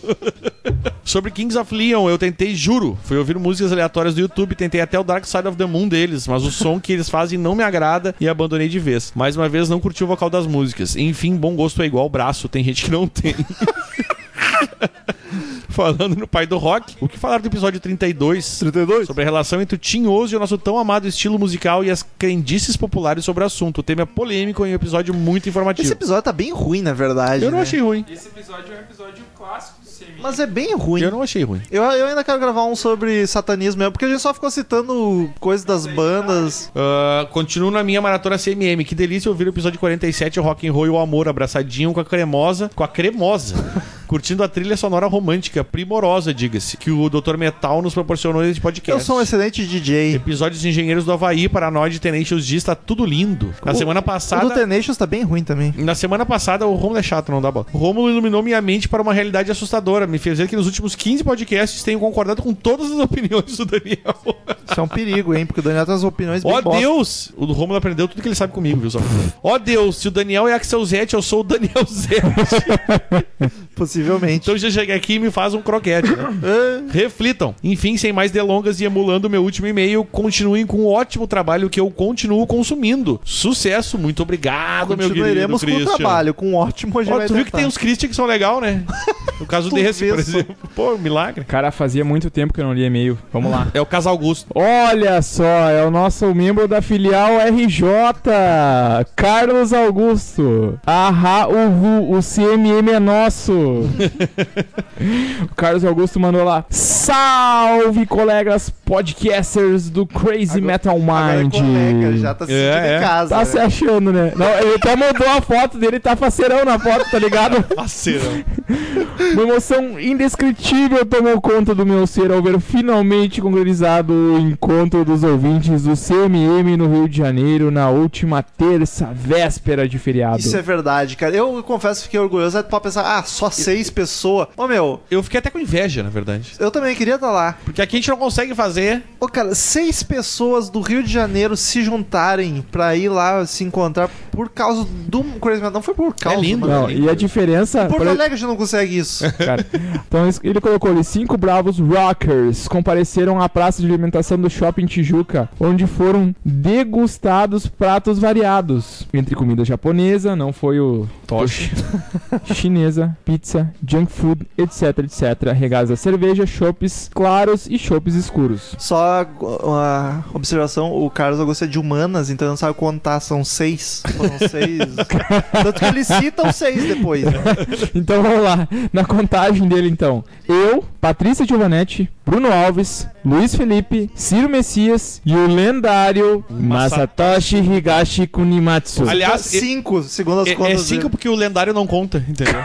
C: Sobre Kings of Leon, eu tentei, juro. Fui ouvir músicas aleatórias do YouTube, tentei até o Dark Side of the Moon deles, mas o som que eles fazem não me agrada e abandonei de vez. Mais uma vez, não curti o vocal das músicas. Enfim, bom gosto é igual braço, tem gente que não tem. <laughs> Falando no pai do rock, o que falaram do episódio 32?
B: 32?
C: Sobre a relação entre o Tinhoso e o nosso tão amado estilo musical e as crendices populares sobre o assunto. O tema é polêmico e um episódio muito informativo.
B: Esse episódio tá bem ruim, na verdade.
C: Tipo. Eu não
B: né?
C: achei ruim.
D: Esse episódio é um episódio clássico do semi.
B: Mas é bem ruim.
C: Eu
B: Eu,
C: não achei ruim.
B: eu ainda quero gravar um sobre satanismo mesmo, porque a gente só ficou citando coisas das bandas.
C: Ah, continuo na minha maratona CMM. Que delícia ouvir o episódio 47, o Rock and Roll e o Amor, abraçadinho com a cremosa, com a
B: <laughs>
C: cremosa. Curtindo a trilha sonora romântica, primorosa, diga-se, que o Dr. Metal nos proporcionou nesse
B: Eu
C: podcast.
B: sou um excelente DJ.
C: Episódios de Engenheiros do Havaí, Paranoide, Tenente Os Dias, tá tudo lindo. Na
B: O-
C: semana
B: O do
C: passada.
B: Tenacious tá bem ruim também.
C: Na semana passada, o Romulo é chato, não dá bola. Romulo iluminou minha mente para uma realidade assustadora. Me fez ver que nos últimos 15 podcasts tenho concordado com todas as <laughs> opiniões do Daniel.
B: Isso é um perigo, hein? Porque o Daniel tem as opiniões bem
C: Ó
B: bosta.
C: Deus! O Romulo aprendeu tudo que ele sabe comigo, viu só? Ó Deus, se o Daniel é Axel Zete, eu sou o Daniel Zete.
B: Possivelmente.
C: <laughs>
B: É,
C: então já chega aqui e me faz um croquete, né? Reflitam. Enfim, sem mais delongas e emulando meu último e-mail, continuem com o ótimo trabalho que eu continuo consumindo. Sucesso, muito obrigado, meu querido
B: Continuaremos com o
C: Christian.
B: trabalho, com um ótimo hoje
C: Ó,
B: vai
C: tu viu que
B: tentar.
C: tem uns Christian que são legal, né? No caso
B: <laughs> Tu
C: desse,
B: vê
C: por
B: só.
C: exemplo. Pô, um milagre.
D: Cara, fazia muito tempo que eu não li e-mail. Vamos lá.
C: É o Casal Augusto.
D: Olha só, é o nosso membro da filial RJ, Carlos Augusto. Ahá, uhu, o CMM é nosso. <laughs> o Carlos Augusto mandou lá. Salve, colegas podcasters do Crazy
B: Agora-
D: Metal
B: Agora é
D: Mind.
B: colega, já tá se sentindo
C: É, é.
B: em casa.
D: Tá
B: né?
D: se achando, né? Não, ele até mandou a foto dele, tá faceirão na foto, tá ligado?
C: Parceiro.
D: Uma emoção indescritível tomou conta do meu ser ao ver finalmente concretizado o encontro dos ouvintes do CMM no Rio de Janeiro na última terça, véspera de feriado.
B: Isso é verdade, cara. Eu confesso que fiquei orgulhoso. Aí tu pode pensar, ah, só seis pessoas. Ô, meu,
C: Eu fiquei até com inveja, na verdade.
B: eu também queria estar lá.
C: Porque aqui a gente não consegue fazer.
B: Ô, cara, seis pessoas do Rio de Janeiro se juntarem pra ir lá se encontrar por causa do Crazy Metal. Não foi por causa.
C: É lindo. É.
B: mano.
D: Não, e a diferença.
B: Porto
D: por-
B: Alegre a gente não consegue isso.
D: cara, então isso- ele colocou ali: cinco bravos rockers compareceram à praça de alimentação do shopping Tijuca, onde foram degustados pratos variados. Entre comida japonesa, não foi o
C: Toshi.
D: <laughs> chinesa, pizza, junk food, etc, etc, regados a cerveja, chopes claros e chopes escuros.
B: Só uma observação, o Carlos Augusto é de humanas, então não sabe contar, são seis. Foram seis. Tanto que ele cita os seis depois.
D: <laughs> Então vamos lá, na contagem dele então. Eu, Patrícia Giovanetti, Bruno Alves, Luiz Felipe, Ciro Messias e o lendário Masatoshi Higashi Kunimatsu.
C: Aliás,
B: cinco, segundo as
C: É,
B: contas.
C: é cinco
B: dele.
C: <laughs> porque o lendário não conta, entendeu?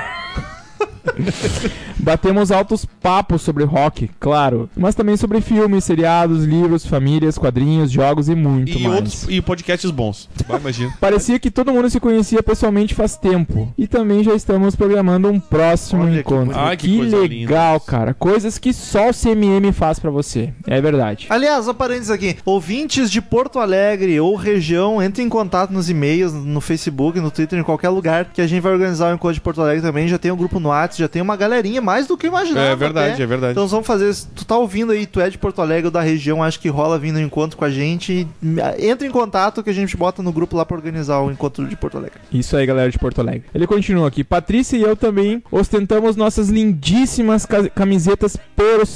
D: Batemos altos papos sobre rock, claro, mas também sobre filmes, seriados, livros, famílias, quadrinhos, jogos e muito
C: E,
D: mais.
C: outros, e podcasts bons. Vai, imagina.
D: Parecia que todo mundo se conhecia pessoalmente faz tempo. E também já estamos programando um próximo
B: Olha que
D: encontro.
C: bonito. Ai, que coisa
D: legal, cara. Coisas que só o CMM faz pra você. É verdade.
B: Aliás, um parênteses aqui. Ouvintes de Porto Alegre ou região, entrem em contato nos e-mails, no Facebook, no Twitter, em qualquer lugar, que a gente vai organizar o encontro de Porto Alegre também. Já tem um grupo no WhatsApp, já tem uma galerinha, mais do que eu imaginava.
C: É verdade,
B: até.
C: é verdade.
B: Então nós vamos fazer isso. Tu tá ouvindo aí, tu é de Porto Alegre ou da região, acho que rola vindo um encontro com a gente. Entra em contato que a gente bota no grupo lá pra organizar o encontro de Porto Alegre.
D: Isso aí, galera de Porto Alegre. Ele continua aqui. Patrícia e eu também ostentamos nossas lindíssimas ca- camisetas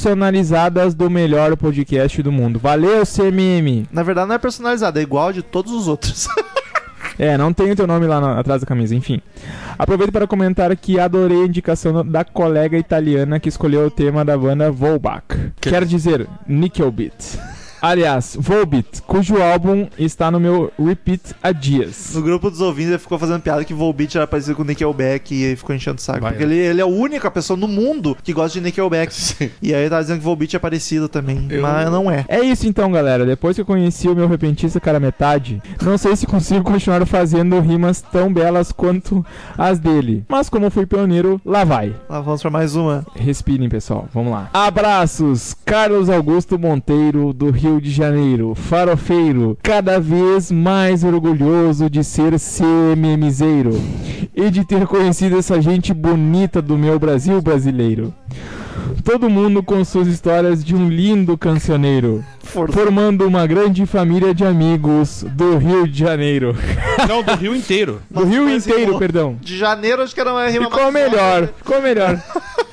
D: personalizadas do melhor podcast do mundo. Valeu, CMM.
B: Na verdade, não é personalizado, é igual de todos os outros.
D: É, não tem o teu nome lá na- atrás da camisa, enfim. Aproveito para comentar que adorei a indicação no- da colega italiana que escolheu o tema da banda Volbach. Quer dizer, Nickelbeat. Aliás, Volbeat, cujo álbum está no meu repeat há dias.
B: No grupo dos ouvintes ele ficou fazendo piada que Volbeat era parecido com Nickelback e aí ficou enchendo o saco. porque ele, ele é a única pessoa no mundo que gosta de Nickelback. E aí ele tava dizendo que Volbeat é parecido também. Mas não é.
D: É isso então, galera. Depois que eu conheci o meu repentista cara metade, não sei se consigo continuar fazendo rimas tão belas quanto as dele. Mas como fui pioneiro, lá vai.
B: Lá vamos pra mais uma.
D: Respirem, pessoal. Vamos lá. Abraços, Carlos Augusto Monteiro, do Rio de Janeiro. Farofeiro, cada vez mais orgulhoso de ser CMMzeiro e de ter conhecido essa gente bonita do meu Brasil brasileiro. Todo mundo com suas histórias de um lindo cancioneiro,
B: Força.
D: formando uma grande família de amigos do Rio de Janeiro.
C: Não, do Rio inteiro.
D: Do Rio
B: mas
D: inteiro,
B: ficou-
D: perdão.
B: De janeiro acho que era uma rima
D: Ficou
B: mais
D: melhor,
C: né?
B: forte.
C: <laughs>
D: ficou melhor.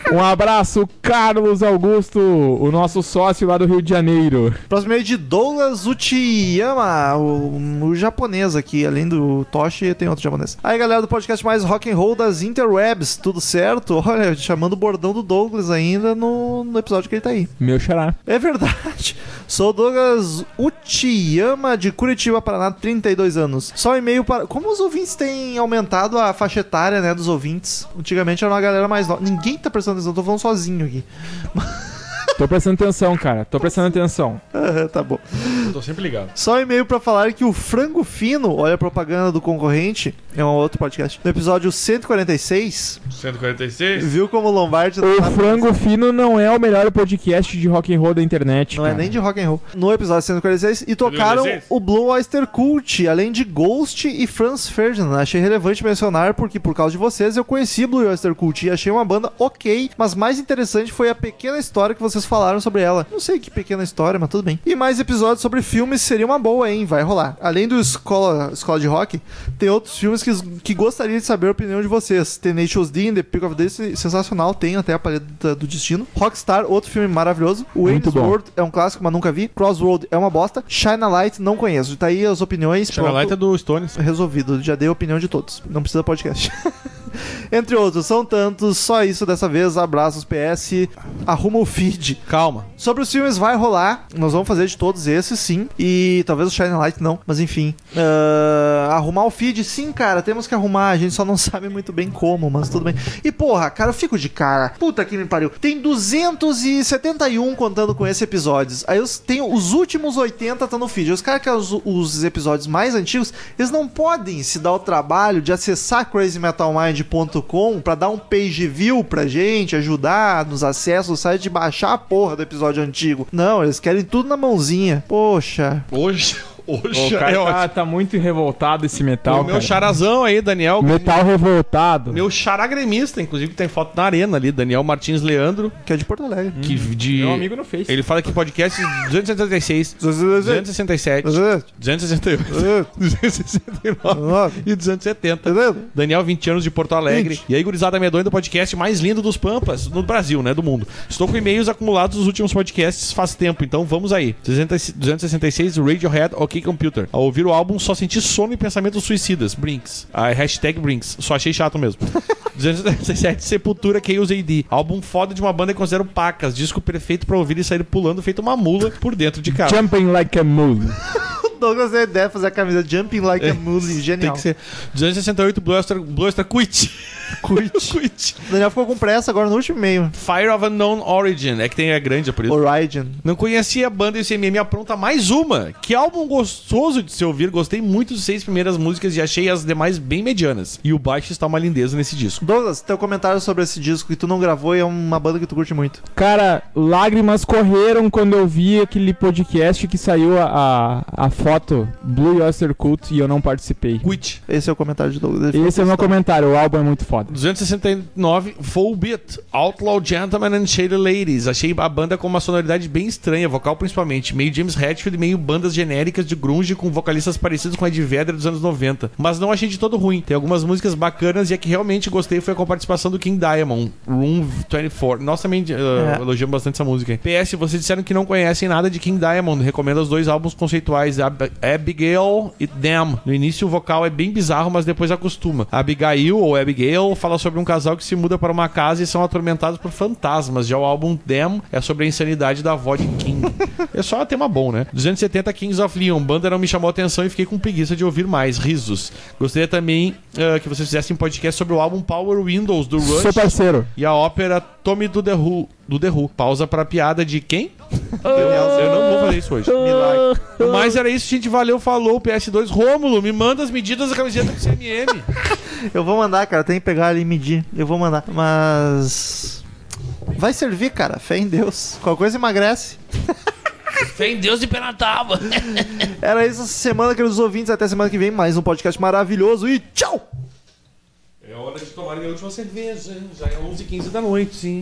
D: Um abraço, Carlos Augusto, o nosso sócio lá do Rio de Janeiro.
B: Próximo é de Douglas Uchiyama, o, o japonês aqui. Além do Toshi, tem outro japonês. Aí, galera do podcast mais rock and roll das interwebs, tudo certo? <laughs> Olha, chamando o bordão do Douglas ainda no- no episódio que ele tá aí.
D: Meu xará.
B: É verdade. <laughs> Sou Douglas Uchiyama de Curitiba, Paraná, 32 anos. Só um e-mail para. Como os ouvintes têm aumentado a faixa etária, né, dos ouvintes? Antigamente era uma galera mais nova. Ninguém tá prestando atenção, tô falando sozinho <laughs> aqui.
D: Tô prestando atenção, cara. Tô prestando atenção.
B: Ah, tá bom.
C: Eu tô sempre ligado.
B: Só um e-mail pra falar que o Frango Fino, olha a propaganda do concorrente, é um outro podcast. No episódio 146,
C: 146.
B: viu como o Lombardi
D: O
B: tá-
D: Frango Fino não é o melhor podcast de rock and roll da internet.
B: Não é
D: cara.
B: nem de rock and roll. No episódio 146 e tocaram
C: 146?
B: o Blue Oyster Cult, além de Ghost e Franz Ferdinand. Achei relevante mencionar porque por causa de vocês eu conheci Blue Oyster Cult e achei uma banda OK, mas mais interessante foi a pequena história que vocês falaram sobre ela. Não sei que pequena história, mas tudo bem. E mais episódios sobre filmes seria uma boa, hein? Vai rolar. Além do Escola, Escola de Rock, tem outros filmes que, que gostaria de saber a opinião de vocês. Tenacious D, in The Pick of Destiny, sensacional, tem até a parede da- do destino. Rockstar, outro filme maravilhoso. Wayne's
D: Muito bom.
B: World é um clássico, mas nunca vi. Crossroad é uma bosta. Shine a Light, não conheço. Tá aí as opiniões.
C: Chega lá e
B: pronto.
C: tá do Stones.
B: Resolvido, já dei a opinião de todos. Não precisa podcast. <laughs> Entre outros, são tantos, só isso dessa vez. Abraços, PS. Arruma o feed.
C: Calma.
B: Sobre os filmes vai rolar. Nós vamos fazer de todos esses, sim. E talvez o Shine a Light não, mas enfim. Ah, arrumar o feed, sim, cara. Temos que arrumar. A gente só não <laughs> sabe muito bem como, mas tudo bem. E porra, cara, eu fico de cara. Puta que me pariu. Tem 271 contando com esses episódios. Aí os, tem os últimos 80 estão no feed. Os caras que é os, os episódios mais antigos, eles não podem se dar o trabalho de acessar crazymetalmind.com pra dar um page view pra gente, ajudar nos acessos do site de baixar a porra do episódio antigo. Não, eles querem tudo na mãozinha. Poxa.
C: Hoje. Hoje
D: O cara
C: é
D: tá,
C: ótimo.
D: tá muito revoltado esse metal,
C: o meu
D: cara.
C: charazão aí, Daniel.
D: Metal revoltado.
C: Meu charagremista, inclusive, tem foto na arena ali. Daniel Martins Leandro.
B: Que é de Porto Alegre.
C: Que de...
D: Meu amigo no Face.
C: Ele fala que podcast 276, 267, <laughs> 268, 269 e 270. Daniel, 20 anos de Porto Alegre. E aí, gurizada medonha do podcast mais lindo dos Pampas, no Brasil, né? Do mundo. Estou com e-mails acumulados dos últimos podcasts faz tempo, então vamos aí. 266 266 Radiohead OK Computer. Ao ouvir o álbum, só senti sono e pensamentos suicidas. Brinks. Ah, hashtag Brinks. Só achei chato mesmo. <laughs> 277 Sepultura Chaos AD. Álbum foda de uma banda que considero pacas. Disco perfeito pra ouvir e sair pulando feito uma mula por dentro de casa.
D: Jumping like a mule.
B: Douglas é ideia fazer a camisa Jumping Like a Music,
C: É, Tem
B: genial.
C: que ser 268 Bluster, Bluster Quit. Quit. <laughs> Quit.
B: O Daniel ficou com pressa agora no último e-mail.
C: Fire of Unknown Origin. É que tem a grande, é por isso.
B: Origin.
C: Não conhecia a banda e o CMM apronta mais uma. Que álbum gostoso de se ouvir. Gostei muito das seis primeiras músicas e achei as demais bem medianas. E o baixo está uma lindeza nesse disco.
B: Douglas, teu comentário sobre esse disco que tu não gravou e é uma banda que tu curte muito.
D: Cara, lágrimas correram quando eu vi aquele podcast que saiu a, a, a foto Blue Oyster Cult e eu não participei.
C: Quit.
B: Esse é o comentário de Douglas. Ele
D: Esse é o
B: falou
D: meu
B: que
D: comentário, o álbum é muito foda.
C: 269 Full Beat, Outlaw Gentlemen and Shady Ladies. Achei a banda com uma sonoridade bem estranha, vocal principalmente. Meio James Hetfield, meio bandas genéricas de grunge com vocalistas parecidos com a de Vedder dos anos 90. Mas não achei de todo ruim. Tem algumas músicas bacanas e a que realmente gostei foi com a participação do King Diamond, Room 24. Nós também uh,
B: É.
C: elogiamos bastante essa música. hein? PS, vocês disseram que não conhecem nada de King Diamond. Recomendo os dois álbuns conceituais, Ab- Abigail e Damn. No início o vocal é bem bizarro, mas depois acostuma. Abigail ou Abigail fala sobre um casal que se muda para uma casa e são atormentados por fantasmas. Já o álbum Damn é sobre a insanidade da avó de King. é só tema bom, né? 270 Kings of Leon. Banda não me chamou atenção e fiquei com preguiça de ouvir mais. Risos. Gostaria também ah, que vocês fizessem um podcast sobre o álbum Power Windows do Rush.
D: Sou é parceiro.
C: E a ópera Tommy do The Who. Do The Who. Pausa pra piada de quem? Eu não vou fazer isso hoje.
B: Milagre.
C: Mas era isso, gente. Valeu, falou. PS2 Rômulo, me manda as medidas da camiseta do CMM.
B: Eu vou mandar, cara. Tem que pegar ali e medir. Eu vou mandar. Mas. Vai servir, cara. Fé em Deus. Qualquer coisa emagrece.
C: <laughs> Fé em Deus de Penatava.
B: Era isso essa semana, queridos ouvintes. Até semana que vem. Mais um podcast maravilhoso. E tchau!
C: É hora de tomar minha última cerveja. hein? Já é 11h15 da noite, sim.